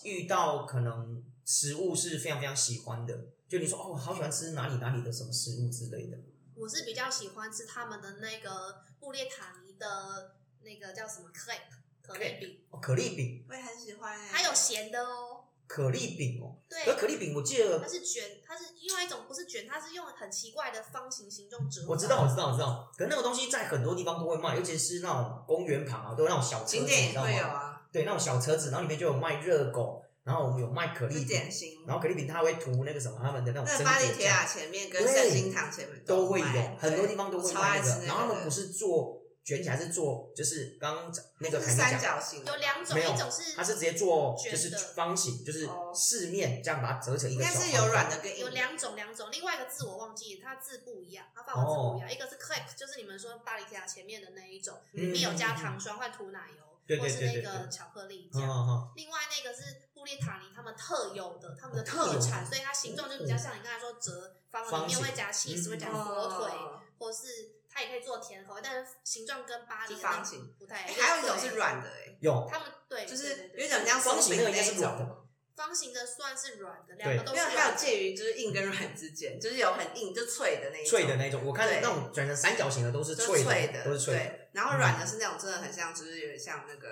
B: 遇到可能食物是非常非常喜欢的？就你说哦，我好喜欢吃哪里哪里的什么食物之类的，
C: 我是比较喜欢吃他们的那个布列塔尼的那个叫什么 crepe 可丽饼，
B: 哦，可丽饼，
A: 我也很喜欢欸。
C: 它有咸的哦。
B: 可丽饼哦，可，
C: 对
B: 可丽饼我记
C: 它
B: 得，
C: 是卷，它是另外一种，不是卷，它是用很奇怪的方形形状折。
B: 我知道，我知道，我知道。可那个东西在很多地方都会卖，尤其是那种公园旁啊，都有那种小车子，
A: 景
B: 你知
A: 点也
B: 道
A: 会有
B: 吗？
A: 啊，
B: 对，那种小车子，然后里面就有卖热狗，然后我们有卖可
A: 就
B: 丽饼
A: 点，心。
B: 然后可丽饼它会涂那个什么他们的那种
A: 那
B: 榛
A: 巴黎
B: 果
A: 铁塔
B: 酱，
A: 前面跟
B: 对
A: 圣心堂前面
B: 都会有
A: 卖，
B: 很多地方都会
A: 超
B: 卖
A: 爱
B: 那
A: 吃那
B: 个。
A: 个
B: 然后他们不是做卷起来，是做就是刚刚那个
A: 是
B: 凯尼
A: 三
B: 讲，
A: 角形的
C: 有两种，
B: 没有
C: 一种是
B: 它是直接做
C: 卷
B: 就
C: 的
B: 是方形，就是
A: 哦
B: 四面这样把它折成一
A: 应
B: 个
A: 该
B: 小方
A: 是
B: 块。
A: 有软的跟
C: 有
A: 硬的，
C: 两种，两种，另外一个字我忘记了，它字不一样，它法文字不一样，一个是 clip，就是你们说巴黎铁塔前面的那一种，里
B: 嗯
C: 面有加糖霜或涂奶油，
B: 对
C: 或
B: 对
C: 是
B: 对
C: 那
B: 对
C: 个
B: 对
C: 巧克力
B: 嗯，嗯
C: 酱。
B: 嗯
C: 另外那个是布列塔尼他们特有的，他们的
B: 特
C: 特
B: 有
C: 产，所以它形状就比较像你刚才说折方的，里
B: 方
C: 面
B: 形
C: 会夹
B: 嗯
C: cheese，会夹火腿，
A: 哦
C: 或是它也可以做甜口味，但是形状跟巴黎
A: 是
C: 的那
A: 方形
C: 不太
A: 哎
C: 一样。
A: 还有一种
C: 对
A: 是，软的，哎，
B: 有
C: 他们对，
A: 就
C: 对
A: 是
C: 对对
A: 有点像
B: 方
A: 松
B: 形
A: 饼
B: 那个应
A: 那
B: 该是
A: 一
B: 软的
A: 种。
B: 吧？
C: 方形的算是软的，两个
B: 对
C: 都
A: 没有，
C: 是
A: 还有
C: 软的。
A: 介于就是硬跟软之间，就是有很硬就脆的那一种，
B: 脆的那种，我看
A: 对
B: 那种转成三角形的都是
A: 就
B: 脆
A: 脆
B: 都是脆的。嗯
A: 对。然后软的是那种真的很像，就是有点像那个，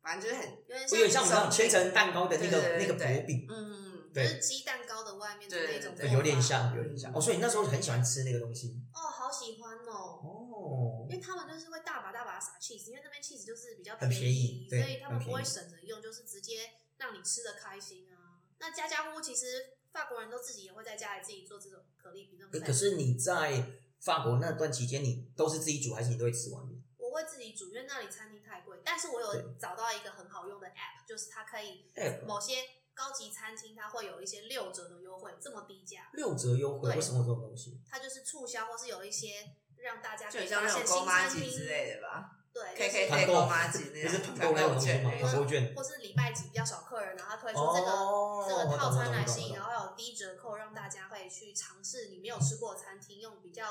A: 反正就是很
C: 有点
B: 我有点像
C: 像
B: 我们那种千层蛋糕的那个
A: 对
B: 那
A: 对
B: 个
A: 对对
B: 薄饼，
A: 嗯，
C: 就
B: 对
C: 是鸡蛋糕的外面的那种
A: 对
B: 有点
C: 做法
B: 像，有点像。哦，所以你那时候很喜欢吃那个东西。
C: 哦，好喜欢哦，
B: 哦
C: 因为他们就是会大把大把撒 cheese，因为那边 cheese 就是比较
B: 很便宜
C: 所
B: 对
C: 以他
B: 很
C: 们
B: 便宜
C: 不会省着用，就是直接让你吃的开心啊。那家家户户其实法国人都自己也会在家里自己做这种可丽饼这种菜。
B: 可是你在法国那段期间，你都是自己煮，还是你都会吃外面？
C: 我会自己煮，因为那里餐厅太贵。但是我有
B: 对
C: 找到一个很好用的 app，就是它可以
B: 哎，
C: 某些高级餐厅它会有一些六折的优惠，这么低价，
B: 六折优惠，
C: 对
B: 为什么有这种东西？
C: 它就是促销或是有一些让大家
A: 就
C: 可以
A: 很像那
C: 发
A: 种
C: 现新
A: 勾妈
C: 餐
A: 鸡
C: 厅
A: 之类的吧
C: 对
A: ，K
C: 就是
A: K
B: 团
A: K
B: 购
A: 勾妈鸡
C: 啊
A: 那
B: 不是
A: 种
B: 团购那种东西
A: 券
B: 吗
A: 那？
C: 种
B: 团购券。
C: 或是礼拜几比较少客人，然后他推出这个、
B: 哦，
C: 这个
B: 我懂
C: 套餐
B: 我懂
C: 来
B: 我懂
C: 吸引，
B: 我
C: 然
B: 懂
C: 后有低折扣，让大家可以去尝试你没有吃过的餐厅，用比较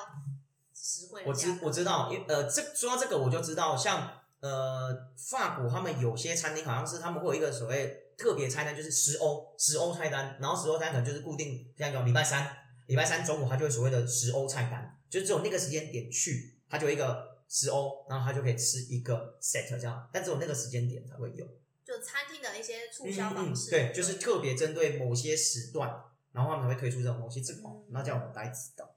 C: 实惠的
B: 我
C: 价
B: 知
C: 格。
B: 我知道，因为呃，这说到这个我就知道，像呃法国他们有些餐厅好像是他们会有一个所谓特别菜单，就是十欧十欧菜单，然后十欧菜单可能就是固定像种礼拜三礼拜三中午，它就会所谓的十欧菜单，就是只有那个时间点去，它就有一个十欧，然后它就可以吃一个 set 这样，但只有那个时间点才会有
C: 就餐厅的一些促销方式，
B: 嗯对，就是特别针对某些时段，然后他们才会推出这种东西，这个哦
C: 嗯
B: 那这样我们大概知道。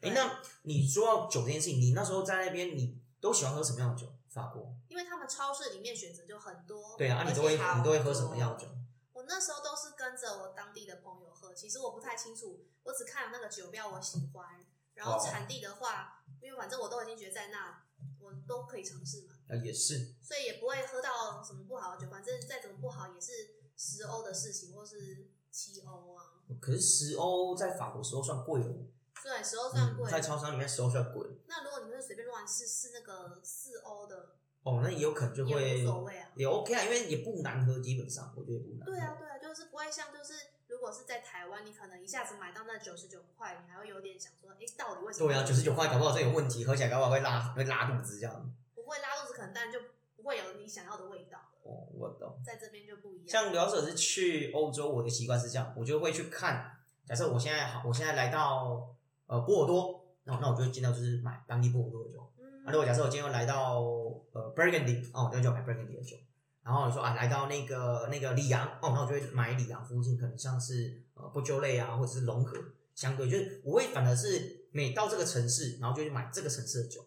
B: 哎、
C: 对
B: 那你说到酒这件事情，你那时候在那边，你都喜欢喝什么样的酒？法国？
C: 因为他们超市里面选择就很多。
B: 对啊，啊你
C: 而且
B: 都会
A: 好
B: 你都会喝什么样的酒？
C: 我那时候都是跟着我当地的朋友喝，其实我不太清楚，我只看了那个酒标我喜欢，然后
B: 哦
C: 产地的话，因为反正我都已经觉得在那，我都可以尝试嘛。
B: 啊，也是，
C: 所以也不会喝到什么不好的酒，反正再怎么不好也是十欧的事情，或是七欧啊。
B: 可是十欧在法国时候算贵哦。
C: 对，十欧算贵
B: 在。超商里面手算滚，
C: 那如果你们是随便乱试试那个四欧的，
B: 哦，那也有可能就
C: 也
B: 会
C: 无所谓啊。
B: 也 OK 啊，因为也不难喝，基本上我觉得也不难喝。
C: 对啊，对啊，就是不会像就是如果是在台湾，你可能一下子买到那九十九块，你还会有点想说，哎，到底为什么？
B: 对啊，九十九块搞不好这有问题，喝起来搞不好会拉会拉肚子这样。
C: 不会拉肚子，可能当然就不会有你想要的味道了。
B: 哦，我懂。
C: 在这边就不一样。
B: 像刘者是去欧洲，我的习惯是这样，我就会去看。假设我现在好，我现在来到呃波尔多，那我那我就会尽量就是买当地波尔多的酒。
C: 嗯，
B: 啊，如果假设我今天又来到呃 Burgundy，哦，那就要买 Burgundy 的酒。然后你说啊，来到那个那个里昂，哦，那我就会买里昂附近可能像是呃波鸠类啊，或者是龙河，相对就是我会反而是每到这个城市，然后就去买这个城市的酒。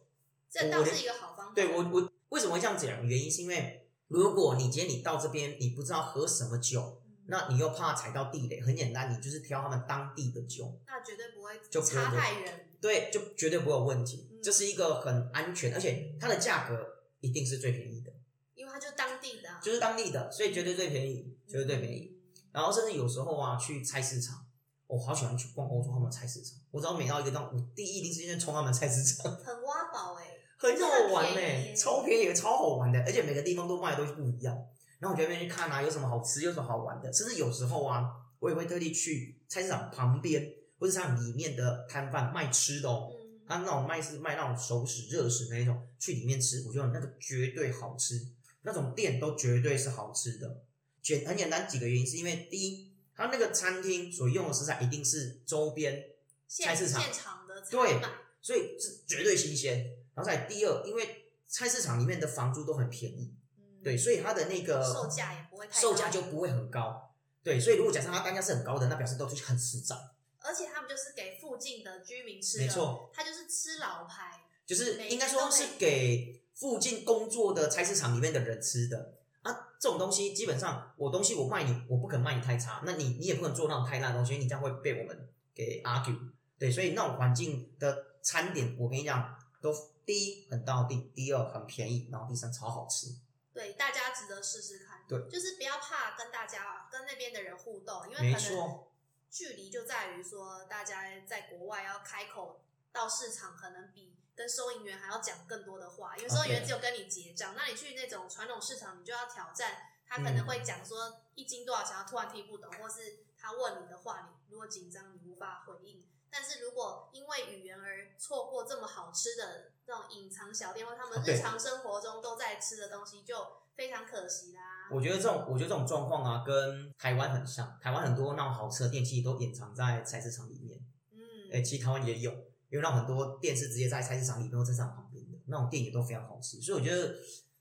C: 这倒是一个好方法。
B: 对我我为什么会这样讲？原因是因为如果你今天你到这边，你不知道喝什么酒，
C: 嗯
B: 那你又怕踩到地雷，很简单，你就是挑他们当地的酒。
C: 那绝对不会
B: 就不会
C: 差太远。
B: 对，就绝对不会有问题。
C: 嗯
B: 这是一个很安全，而且它的价格一定是最便宜的，
C: 因为它就当地的、啊，
B: 就是当地的，所以绝对最便宜，绝对最便宜。然后甚至有时候啊，去菜市场，我好喜欢去逛欧洲他们的菜市场。我只要每到一个地方，我第一第一时间冲他们的菜市场，
C: 很挖宝哎、
B: 很好玩
C: 真的很
B: 呢、
C: 便宜耶
B: 超便宜，超好玩的，而且每个地方都卖的东西不一样。然后我就在那边去看啊，有什么好吃，有什么好玩的，甚至有时候啊，我也会特地去菜市场旁边或者像里面的摊贩卖吃的哦。
C: 嗯，
B: 他那种卖是卖那种熟食、热食那一种，去里面吃，我觉得那个绝对好吃，那种店都绝对是好吃的。简很简单几个原因，是因为第一，他那个餐厅所用的食材一定是周边，
C: 现
B: 菜市场
C: 现场的才
B: 对
C: 买，
B: 所以是绝对新鲜。然后再来第二，因为菜市场里面的房租都很便宜，
C: 嗯
B: 对，所以它的那个
C: 售价也不会太高
B: 售价就不会很高，对，所以如果假设它单价是很高的，那表示都是很实在，
C: 而且他们就是给附近的居民吃的，
B: 没，错。
C: 他就是吃老牌，
B: 就是应该说是给附近工作的菜市场里面的人吃的啊。这种东西基本上，我东西我卖你，我不肯卖你太差，那你你也不能做那种太烂的东西，因为你这样会被我们给 argue。对，所以那种环境的餐点，我跟你讲，都第一很到地，第二很便宜，然后第三超好吃。
C: 对，大家值得试试看，
B: 对，
C: 就是不要怕跟大家跟那边的人互动，因为
B: 没
C: 可能
B: 错，
C: 距离就在于说大家在国外要开口到市场，可能比跟收银员还要讲更多的话，因为收银员
B: 啊对
C: 只有跟你结账，那你去那种传统市场，你就要挑战。他
B: 嗯
C: 可能会讲说一斤多少钱，他突然听不懂，或是他问你的话，你如果紧张，你无法回应。但是如果因为语言而错过这么好吃的这种隐藏小店，或他们
B: 啊对
C: 日常生活中都在吃的东西，就非常可惜啦。
B: 我觉得这种我觉得这种状况啊，跟台湾很像，台湾很多那种好吃的电器都隐藏在菜市场里面。
C: 嗯，
B: 哎、其实台湾也有，有那种很多店是直接在菜市场里面或菜市场旁边的那种店也都非常好吃，所以我觉得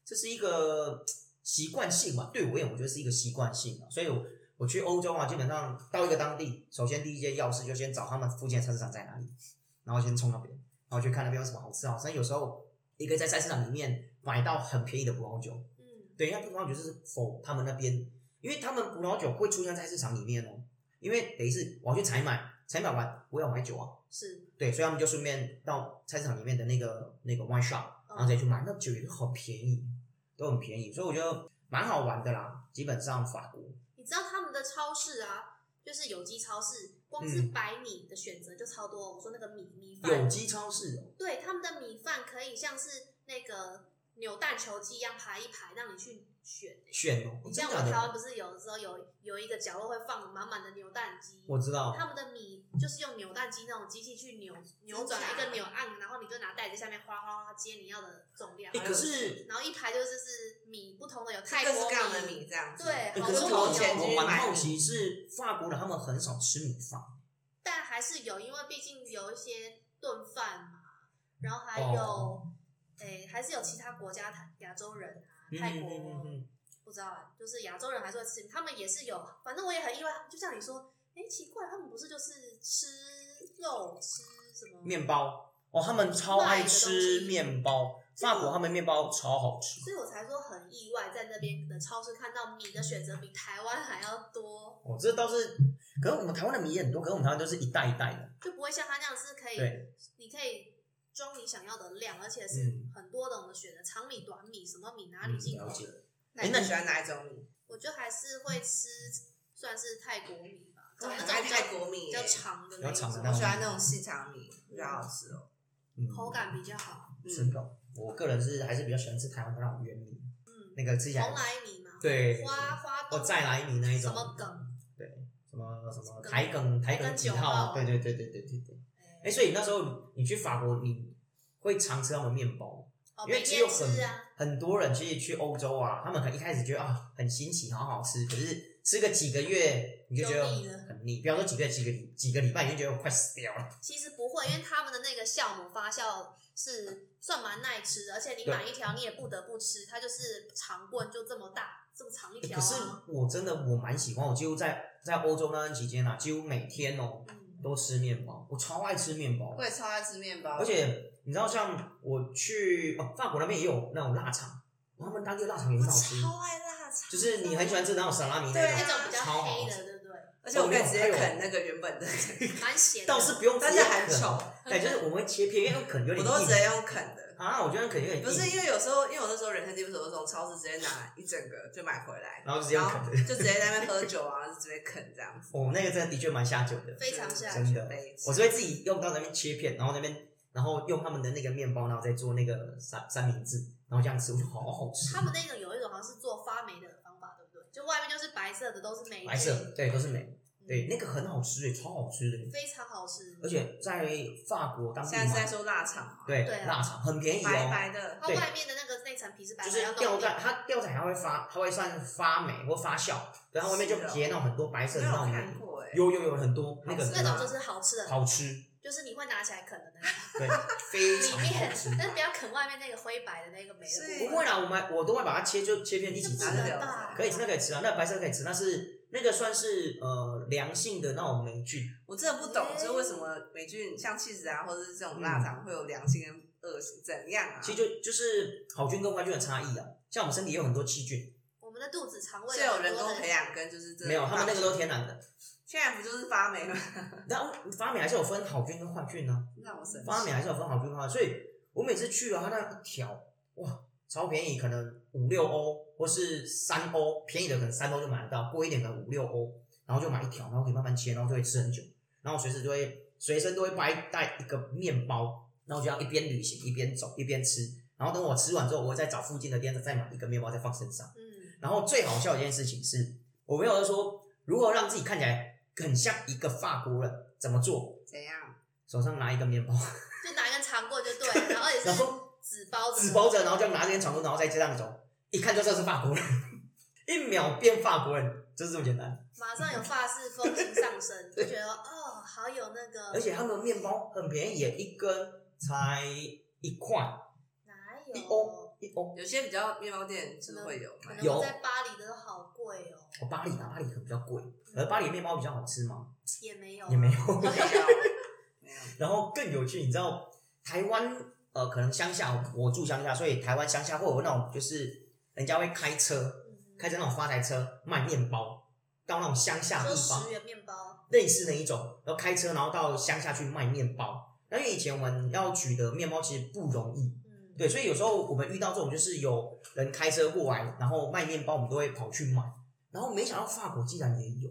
B: 这是一个嘖习惯性吧。对我而言，我觉得是一个习惯性啊。所以我我去欧洲啊，基本上到一个当地，首先第一件要事就先找他们附近的菜市场在哪里，然后先冲那边，然后去看那边有什么好吃啊。甚至有时候也可以在菜市场里面买到很便宜的葡萄酒，
C: 嗯，
B: 对，那葡萄酒就是否他们那边，因为他们葡萄酒会出现在菜市场里面哦，因为等于是我要去采买，采买完我要买酒啊。
C: 是，
B: 对，所以他们就顺便到菜市场里面的那个那个 wine shop，
C: 嗯
B: 然后再去买，那酒也很便宜，都很便宜，所以我觉得蛮好玩的啦。基本上法国，
C: 你知道他们的超市啊，就是有机超市，光是
B: 嗯
C: 白米的选择就超多。我说那个米米饭
B: 有机超市哦，
C: 对，他们的米饭可以像是那个扭蛋球机一样排一排，让你去选、欸。
B: 选哦，
C: 你
B: 真
C: 像
B: 的
C: 我
B: 假
C: 们台湾
B: 的？
C: 不是有的时候有有一个角落会放满满的扭蛋机，
B: 我知道，
C: 他们的米就是用扭蛋机那种机器去扭扭转一个扭按，然后你就拿袋子下面哗哗哗接你要的重量。啊
B: 哎、可是
C: 然后一排就是是米不同的，有泰
A: 各式
C: 国
A: 各样的，米这啊样子。
C: 对
B: 哎
C: 好
B: 可是
C: 多
B: 我
C: 种
B: 前
A: 钱
B: 我
A: 去
B: 蛮
A: 买
B: 好
A: 米
B: 奇是法国人他们很少吃米饭，
C: 但还是有，因为毕竟有一些炖饭嘛，然后还有，诶、
B: 哦
C: 还是有其他国家的亚洲人啊，
B: 嗯
C: 泰
B: 嗯
C: 国。
B: 嗯嗯
C: 不知道啊，就是亚洲人还是会吃，他们也是有，反正我也很意外，就像你说，哎、奇怪，他们不是就是吃肉吃什么
B: 嗯，面包哦，他们超爱吃面包，法国他们面包超好吃
C: 所以我才说很意外，在那边的超市看到米的选择比台湾还要多，
B: 哦，这倒是，可是我们台湾的米也很多，可是我们台湾都是一袋一袋的，
C: 就不会像他那样是可以，
B: 对，
C: 你可以装你想要的量，而且是
B: 嗯
C: 很多种的选择，长米、短米，什么米哪里
B: 嗯
C: 进口
B: 了解
C: 的，
A: 那你喜欢哪一种米？
C: 我就还是会吃，算是泰国米吧，
A: 我
B: 哦
C: 找
A: 很
C: 那种
A: 爱
C: 比较
A: 泰国米
C: 比
A: 耶、
C: 较长的
B: 比
C: 那
B: 较长
C: 一
B: 的
C: 种
A: 我
B: 那
A: 喜
B: 种
A: 欢那种细长米，比较好吃哦。
B: 嗯，
C: 口感比较好。
A: 嗯，
B: 真的，我个人是还是比较喜欢吃台湾的那种圆米，
C: 嗯，
B: 那个吃起来
C: 蓬莱米嘛，
B: 对
C: 花花哎
B: 哦再来米那一种
C: 什么梗？
B: 对什么什么
C: 梗
B: 台梗台梗
C: 梗
B: 几
C: 九
B: 号？
C: 号
B: 对对对对对对对。哎、
C: 哎
B: 所以那时候你去法国，你会常吃他们面包吗？
C: 哦，
B: 因为
C: 每
B: 其实有
C: 天
B: 很
C: 吃啊，
B: 很多人其实去欧洲啊，他们可能一开始觉得啊很新奇，好好吃，可是吃个几个月你就觉得
C: 就腻了
B: 很腻，不要说几个月，几个礼几个礼拜你就觉得快死掉了。
C: 其实不会，因为他们的那个酵母发酵是算蛮耐吃的，而且你
B: 对
C: 买一条你也不得不吃，它就是长棍就这么大，这么长一
B: 欸
C: 条
B: 可是
C: 啊。
B: 我真的我蛮喜欢，我几乎在在欧洲那段期间啊，几乎每天哦
C: 嗯，
B: 都吃面包，我超爱吃面包
A: 我，也超爱吃面包，
B: 而且你知道像我去哦法国那边也有那种腊肠，他们当地的腊肠也
A: 我
B: 很好吃，
A: 超爱腊肠，
B: 就是你很喜欢吃那种沙拉米那
A: 对
B: 种，
A: 啊
C: 那种比较
B: 超好
C: 黑
B: 吃
C: 的，对不对？
A: 而且我可以
B: 哦
A: 直接啃那个原 本的，
C: 蛮咸的。
B: 倒是不用
A: 但
B: 直
A: 是
B: 接
A: 很
B: 啃，
A: 丑，
B: 对，就是我们会切片，因为可能有
A: 我
B: 点
A: 都
B: 硬
A: 直接用啃的。
B: 啊，我觉得可能有点硬
A: 不是因为有时候，因为我那时候人生地不熟，我从超市直接拿一整个就买回来，
B: 然后就这
A: 然
B: 样
A: 后
B: 啃。
A: 就直接在那边喝酒啊，就直接啃这样子。
B: 哦，那个真的的确蛮下酒的，
C: 非常下
A: 对
C: 酒
B: 真的
A: 杯。子
B: 我是会自己用到那边切片，然后那边然后用他们的那个面包，然后再做那个三三明治，然后这样吃，我觉得好好吃
C: 他。们那种有一种好像是做发霉的方法，对不对？就外面就是白色的，都是霉菌，
B: 白色对都是美，
C: 嗯
B: 对那个很好吃诶，超好吃的，
C: 非常好吃。
B: 而且在法国当地
A: 现在是在
B: 买，
A: 说腊肠吗？
B: 对
C: 对啊
B: 腊肠很便宜
A: 白
B: 哦。
A: 白的，
C: 它
B: 对
C: 外面的那个内层皮是白
B: 就
C: 白，
B: 是
C: 要
B: 吊
C: 弄
B: 带，
C: 掉。
B: 它吊带还会发，它会算发霉或发酵，然后外面就是
A: 哦
B: 结那种很多白色
A: 没
B: 的那
A: 有
B: 种
A: 看
B: 霉，
A: 过哎。
B: 有有有很多那个
A: 好吃
C: 那种就是好吃的，
B: 嗯好吃，
C: 就是你会拿起来啃的那种，
B: 对，非
C: 里
B: 常
C: 面
B: 好吃。
C: 但是不要啃外面那个灰白的那个霉
A: 是
C: 的部
B: 不
C: 分。
B: 会啦，我们我都会把它切就切片一起吃
A: 拿
C: 这不
A: 着聊
B: 的，
C: 能吧
B: 可以吃那可以吃啊，那白色的可以吃，那是那个算是呃良性的那种霉菌，
A: 我真的不懂，
C: 哎
A: 就是为什么霉菌像气质啊，或者是这种腊肠会有良性跟恶性，怎样啊？
B: 嗯其实就就是好菌跟坏菌的差异啊。像我们身体有很多细菌，
C: 我们的肚子、肠胃
A: 是有
C: 很
A: 人
C: 多
A: 工
C: 的
A: 培养跟就是真的
B: 没有，他们那个都
A: 发
B: 天然的。
A: 现在不就是发霉吗？
B: 那发霉还是有分好菌跟坏菌呢、
A: 让我生
B: 啊，
A: 气。
B: 发霉还是有分好菌跟坏菌，所以我每次去了，它那一条哇超便宜，可能五六欧或是三欧，便宜的可能三欧就买得到，贵一点可能五六欧，然后就买一条，然后可以慢慢切，然后就会吃很久，然后随时就会随身都会带带一个面包，然后就要一边旅行一边走一边吃，然后等我吃完之后，我会再找附近的店再买一个面包再放身上。
C: 嗯，
B: 然后最好笑的一件事情是，我朋友说如何让自己看起来很像一个法国人，怎么做？
A: 怎样？
B: 手上拿一个面包，
C: 就拿一根肠棍就 对了，然后也是
B: 然后
C: 纸包着，
B: 纸包着，然后就拿这根长棍，然后在街上走，一看就知道是法国人，一秒变法国人，就是这么简单。
C: 马上有法式风情上升，就觉得哦，好有那个，
B: 而且他们的面包很便宜耶，一根才一块
C: 哪
B: 一
C: 有
B: 欧？一哦欧。
A: 有些比较面包店就是会有
C: 可
A: 卖，
C: 能
B: 有
C: 我在巴黎的都好贵哦，嗯
B: 哦，巴黎啊，巴黎可能比较贵，而呃巴黎面包比较好吃嘛，
C: 也没有，啊
B: 也没有。
A: 没 有，没有。
B: 然后更有趣，你知道台湾呃，可能乡下我住乡下，所以台湾乡下会有那种就是人家会开车，
C: 嗯
B: 开着那种发财车卖面包到那种乡下地
C: 说
B: 方
C: 十，元面包，
B: 类似那一种，然后开车然后到乡下去卖面包。那因为以前我们要取得面包其实不容易，
C: 嗯，
B: 对，所以有时候我们遇到这种就是有人开车过来，然后卖面包，我们都会跑去买。然后没想到法国竟然也有，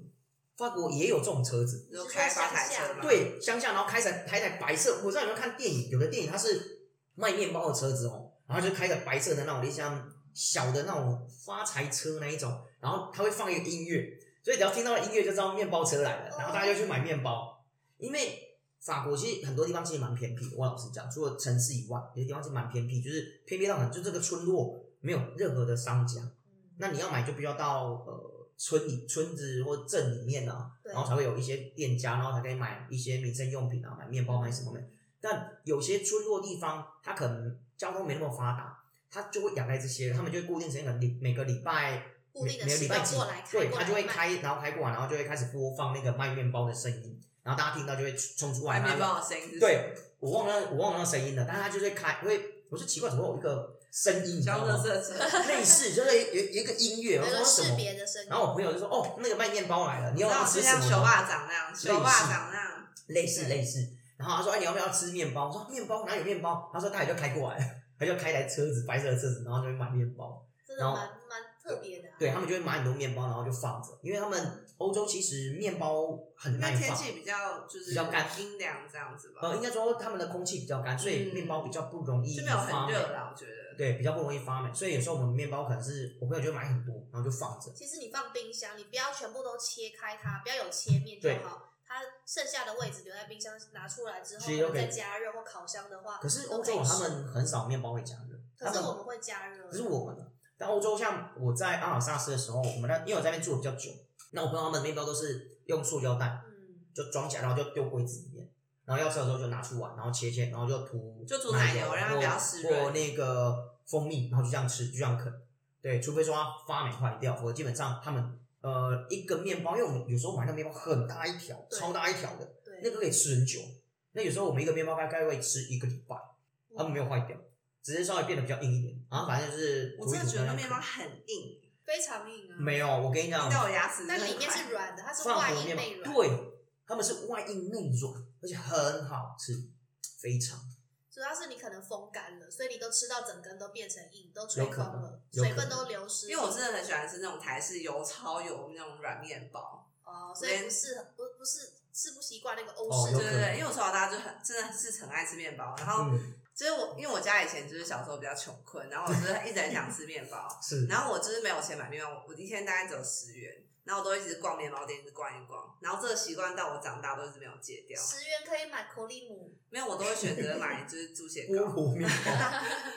B: 法国也有这种车子，
A: 你说开发财车吗？，
B: 对，乡下然后开着开台白色，我知道你们看电影，有的电影它是卖面包的车子哦，然后就开着白色的那种类似像小的那种发财车那一种，然后它会放一个音乐，所以只要听到音乐就知道面包车来了，然后大家就去买面包，因为。法国其实很多地方其实蛮偏僻的，我老实讲，除了城市以外，有些地方是蛮偏僻，就是偏僻到很，就这个村落没有任何的商家，
C: 嗯，
B: 那你要买就必须要到呃村里、村子或镇里面啊，
C: 对
B: 然后才会有一些店家，然后才可以买一些民生用品啊，买面包买什么的。但有些村落地方，它可能交通没那么发达，它就会仰赖这些，他们就会固定时间，可能礼每个礼拜
C: 固定的
B: 每每个礼拜
C: 时
B: 几
C: 段过来，开
B: 对，
C: 过
B: 他
C: 来
B: 就会
C: 卖
B: 开，然后开过来，然后就会开始播放那个卖面包的声音，然后大家听到就会冲出
A: 外
B: 来，
A: 面
B: 然后
A: 帮我声音是
B: 对我忘了我忘了那声音了，但是他就会开，会我就奇怪怎么会有一个声音，你知道
A: 消
B: 吗
A: 热？色车，
B: 类似就是有有一个音乐，我
C: 有一
B: 说
C: 个
B: 什
C: 识
B: 么？
C: 别的声音，
B: 然后我朋友就说：“哦，那个卖面包来了，你要不
A: 然
B: 要
A: 后
B: 吃
A: 就
B: 什
A: 像
B: 么
A: 手
B: 呢
A: 霸掌那样，手霸掌那样，？”
B: 类似
A: 嗯
B: 类似。然后他说：“哎，你要不要吃面包？”我说：“面包哪有面包？”他说：“他也就开过来了，他就开台车子，白色的车子，然后就买面包。
C: 真的
B: 然后
C: 蛮蛮特别的、啊。
B: 对他们就会买很多面包，然后就放着，因为他们欧洲其实面包很
A: 因
B: 耐
A: 为天
B: 放，
A: 气比较就是
B: 比较干
A: 阴凉这样子吧，
B: 呃，应该说他们的空气比较干，所以
A: 嗯
B: 面包比较不容易
A: 就没有
B: 发
A: 很
B: 霉，
A: 热啦，我觉得。
B: 对，比较不容易发霉，所以有时候我们面包可能是我朋友就买很多，然后就放着，
C: 其实你放冰箱，你不要全部都切开它，不要有切面就
B: 对
C: 好。它剩下的位置留在冰箱，拿出来之后
B: 其实都可以
C: 再加热或烤箱的话，
B: 可是欧洲
C: 都可以
B: 人
C: 吃
B: 他们很少面包会加热，
C: 可
B: 他
C: 是
B: 们
C: 我们会加热。啊
B: 可是我们呢，在欧洲，像我在阿尔萨斯的时候，我们那因为我在那边住的比较久，那我朋友他们的面包都是用塑胶袋
C: 嗯，
B: 就装起来，然后就丢柜子里面，然后要吃的时候就拿出碗，然后切切，然后就涂
A: 就涂奶
B: 油
A: 油，让它
B: 或
A: 比较湿润
B: 或那个蜂蜜，然后就这样吃，就这样啃。对，除非说它发霉坏掉，否则基本上他们呃一个面包，因为我们有时候买那个面包很大一条，
C: 对
B: 超大一条的，
C: 对，
B: 那个可以吃很久。那有时候我们一个面包大概会吃一个礼拜，他们没有坏掉，只是稍微变得比较硬一点。然后反正就是
A: 我
B: 涂一
A: 真的觉
B: 涂
A: 得
B: 那
A: 那面
B: 样
A: 包很硬，
C: 非常硬啊，
B: 没有，我跟你讲
A: 硬，到我牙齿，
C: 但里面是。软的，它是
B: 法
C: 外
B: 国
C: 硬
B: 面包
C: 内软。
B: 对，他们是外硬内软，而且很好吃，非常
C: 主要是你可能风干了，所以你都吃到整根都变成硬，都吹
B: 有
C: 空
B: 可能
C: 了，
B: 有可
C: 水
B: 能
C: 分都流失。
A: 因为我真的很喜欢吃那种台式油超油那种软面包，
C: 哦，所以不是很不不是吃不习惯那个欧
B: 哦
C: 式
B: 有
A: 对
B: 可
A: 对
B: 能
A: 对，因为我从小到大就很真的是很爱吃面包，然后
B: 嗯
A: 就是我因为我家以前就是小时候比较穷困，然后我就是一直很想吃面包，
B: 是
A: 然后我就是没有钱买面包，我一天大概只有十元，然后我都一直逛面包店，一直逛一逛，然后这个习惯到我长大都一直没有戒掉，
C: 十元可以买口利姆，
A: 没有我都会选择买就是猪血
B: 菠
A: 糕，
B: 萝面 包，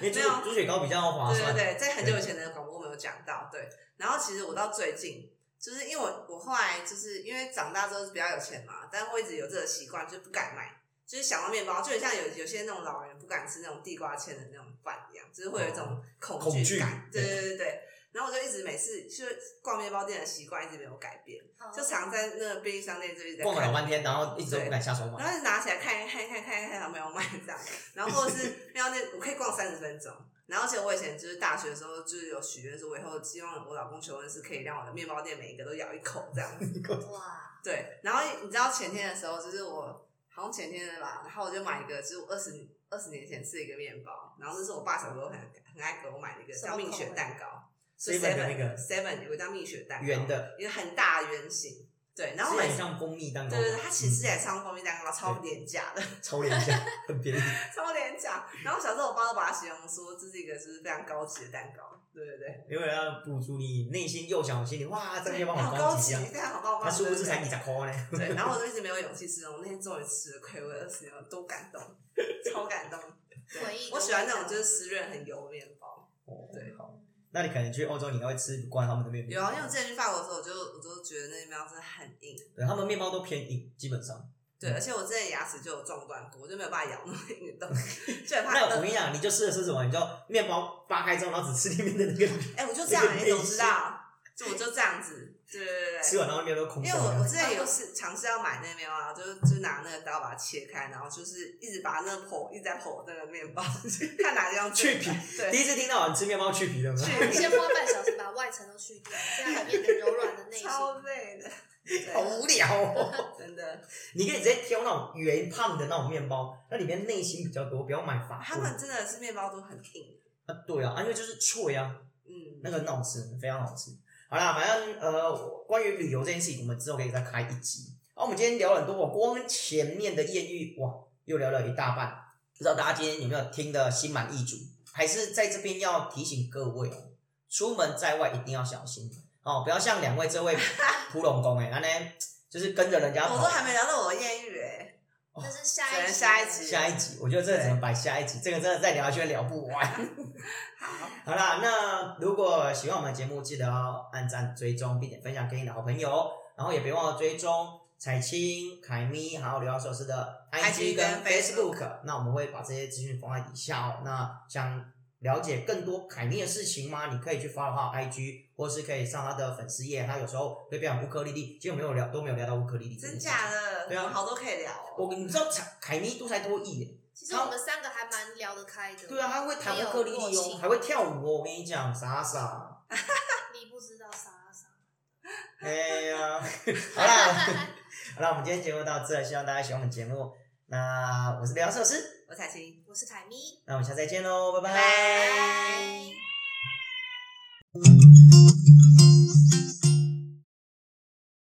B: 因为猪
A: 没有
B: 猪血糕比较划
A: 对对
B: 哦算，
A: 对，在很久以前的广播没有讲到，对，然后其实我到最近。就是因为我我后来就是因为长大之后是比较有钱嘛，但我一直有这个习惯，就是不敢买，就是想到面包，就很像有有些那种老人不敢吃那种地瓜签的那种饭一样，就是会有一种恐
B: 哦恐惧
A: 惧感，
B: 对
A: 对对对对。然后我就一直每次就是逛面包店的习惯一直没有改变，
C: 哦
A: 就常在那个便利商店就一直在
B: 逛了
A: 看
B: 老半天，然后一直都不敢下手买。
A: 然后就拿起来看一看看一看看看有没有卖这样，然后或者 是喵那我可以逛三十分钟。然后而且我以前就是大学的时候就是有许愿说，我以后希望我老公求婚是可以让我的面包店每一个都咬一口这样子。
C: 哇，
A: 对，然后你知道前天的时候，就是我好像前天的吧，然后我就买一个，就是二十二十年前吃的一个面包，然后这是我爸小时候很很爱给我买的一个
C: 什么
A: 叫
C: 口味
A: 蜜雪蛋糕，是
B: Seven 的那个
A: Seven 有个叫蜜雪蛋糕，
B: 圆的，
A: 一个很大的圆形。对，然后
B: 是
A: 每
B: 很
A: 次
B: 像蜂蜜蛋糕，
A: 对对对，它其实吃起
B: 嗯
A: 来像蜂蜜蛋糕，超廉价的，
B: 超廉价，很便宜。
A: 超廉价。然后小时候我爸都把它形容说这是一个就是非常高级的蛋糕，对对对，
B: 因为要补足你内心幼小的心灵，哇，这个面包
A: 好
B: 好高
A: 级
B: 级啊！，
A: 这哎样好高级，
B: 它殊不知才
A: 对
B: 几 十块呢。
A: 对对，然后我就一直没有勇气吃，我那天终于吃了，亏我二十年，多感动，超感动。对
C: 回忆
A: 我喜欢那种就是湿润很油的面包。
B: 哦
A: 对
B: 好，那你可能去欧洲，你应该会吃不惯他们的面包。
A: 有啊，因为我之前去法国的时候，我就我就觉得那面包真的很硬，
B: 对他们面包都偏硬，基本上。
A: 对，而且我之前牙齿就有撞断过，我就没有办法咬那么硬的东西， 就很怕
B: 那我跟你讲，你就适合吃什么？你就面包扒开之后，然后只吃里面的那个，
A: 哎、我就这样、你怎么知道？就我就这样子，对对对
B: 吃
A: 对。
B: 完然后面包都空
A: 因
B: 洞
A: 为我我
B: 的。
A: 之前有试尝试要买那个面包，然后就就拿那个刀把它切开，然后就是一直把那个剖，一直在剖那个面包，看哪个地方最
B: 去皮
A: 对
B: 第一次听到有人吃面包去皮的吗？
A: 去
C: 先花半小时把外层都去掉，这样里面的柔软的内心。
A: 超累的，
B: 好
A: 对，
B: 无聊哦！
A: 真的。
B: 你可以直接挑那种圆胖的那种面包，那里面内心比较多，不要买法
A: 他
B: 棍。
A: 们真的是面包都很硬，
B: 啊，对啊，啊因为就是脆啊，
A: 嗯，
B: 那个很好吃，非常好吃。好啦，反正呃，关于旅游这件事情，我们之后可以再开一集。啊，我们今天聊了很多，我光前面的艳遇哇，又聊了一大半，不知道大家今天有没有听得心满意足？还是在这边要提醒各位哦，出门在外一定要小心哦，不要像两位这位 普龙公哎，那呢就是跟着人家
A: 我都
B: 跑。
A: 还没聊到我的艳遇哎，
B: 哦
C: 那是下
A: 只
C: 一集
A: 能下一集
B: 下一集，我觉得这个只能摆下一集，这个真的再聊下去会聊不完。
A: 好，
B: 好啦，那如果喜欢我们的节目，记得要按赞、追踪，并且分享给你的好朋友，然后也别忘了追踪彩青、凯咪还有刘教授师的 IG
A: IG
B: 跟
A: 跟
B: Facebook。那我们会把这些资讯放在底下哦。那想了解更多凯咪的事情吗？你可以去 follow 他的 IG，或是可以上他的粉丝页，他有时候会表演乌克丽丽，其实我没有聊都没有聊到乌克丽丽。
A: 真假？的，
B: 对啊
A: 我们好多可以聊哦。
B: 我你知道凯凯咪多才多艺耶，
C: 其实我们三个还蛮聊得开的。
B: 对啊，，他会弹乌克丽
C: 很
B: 丽
C: 有默
B: 哦
C: 契，
B: 还会跳舞哦，我跟你讲，傻傻。
C: 你不知道啥啥。
B: 哎 呀，好啦，好啦，我们今天节目到这，希望大家喜欢我们节目。那我是刘老师，
A: 我彩青，
C: 我是凯咪，
B: 那我们下次再见喽，拜
A: 拜
C: 拜。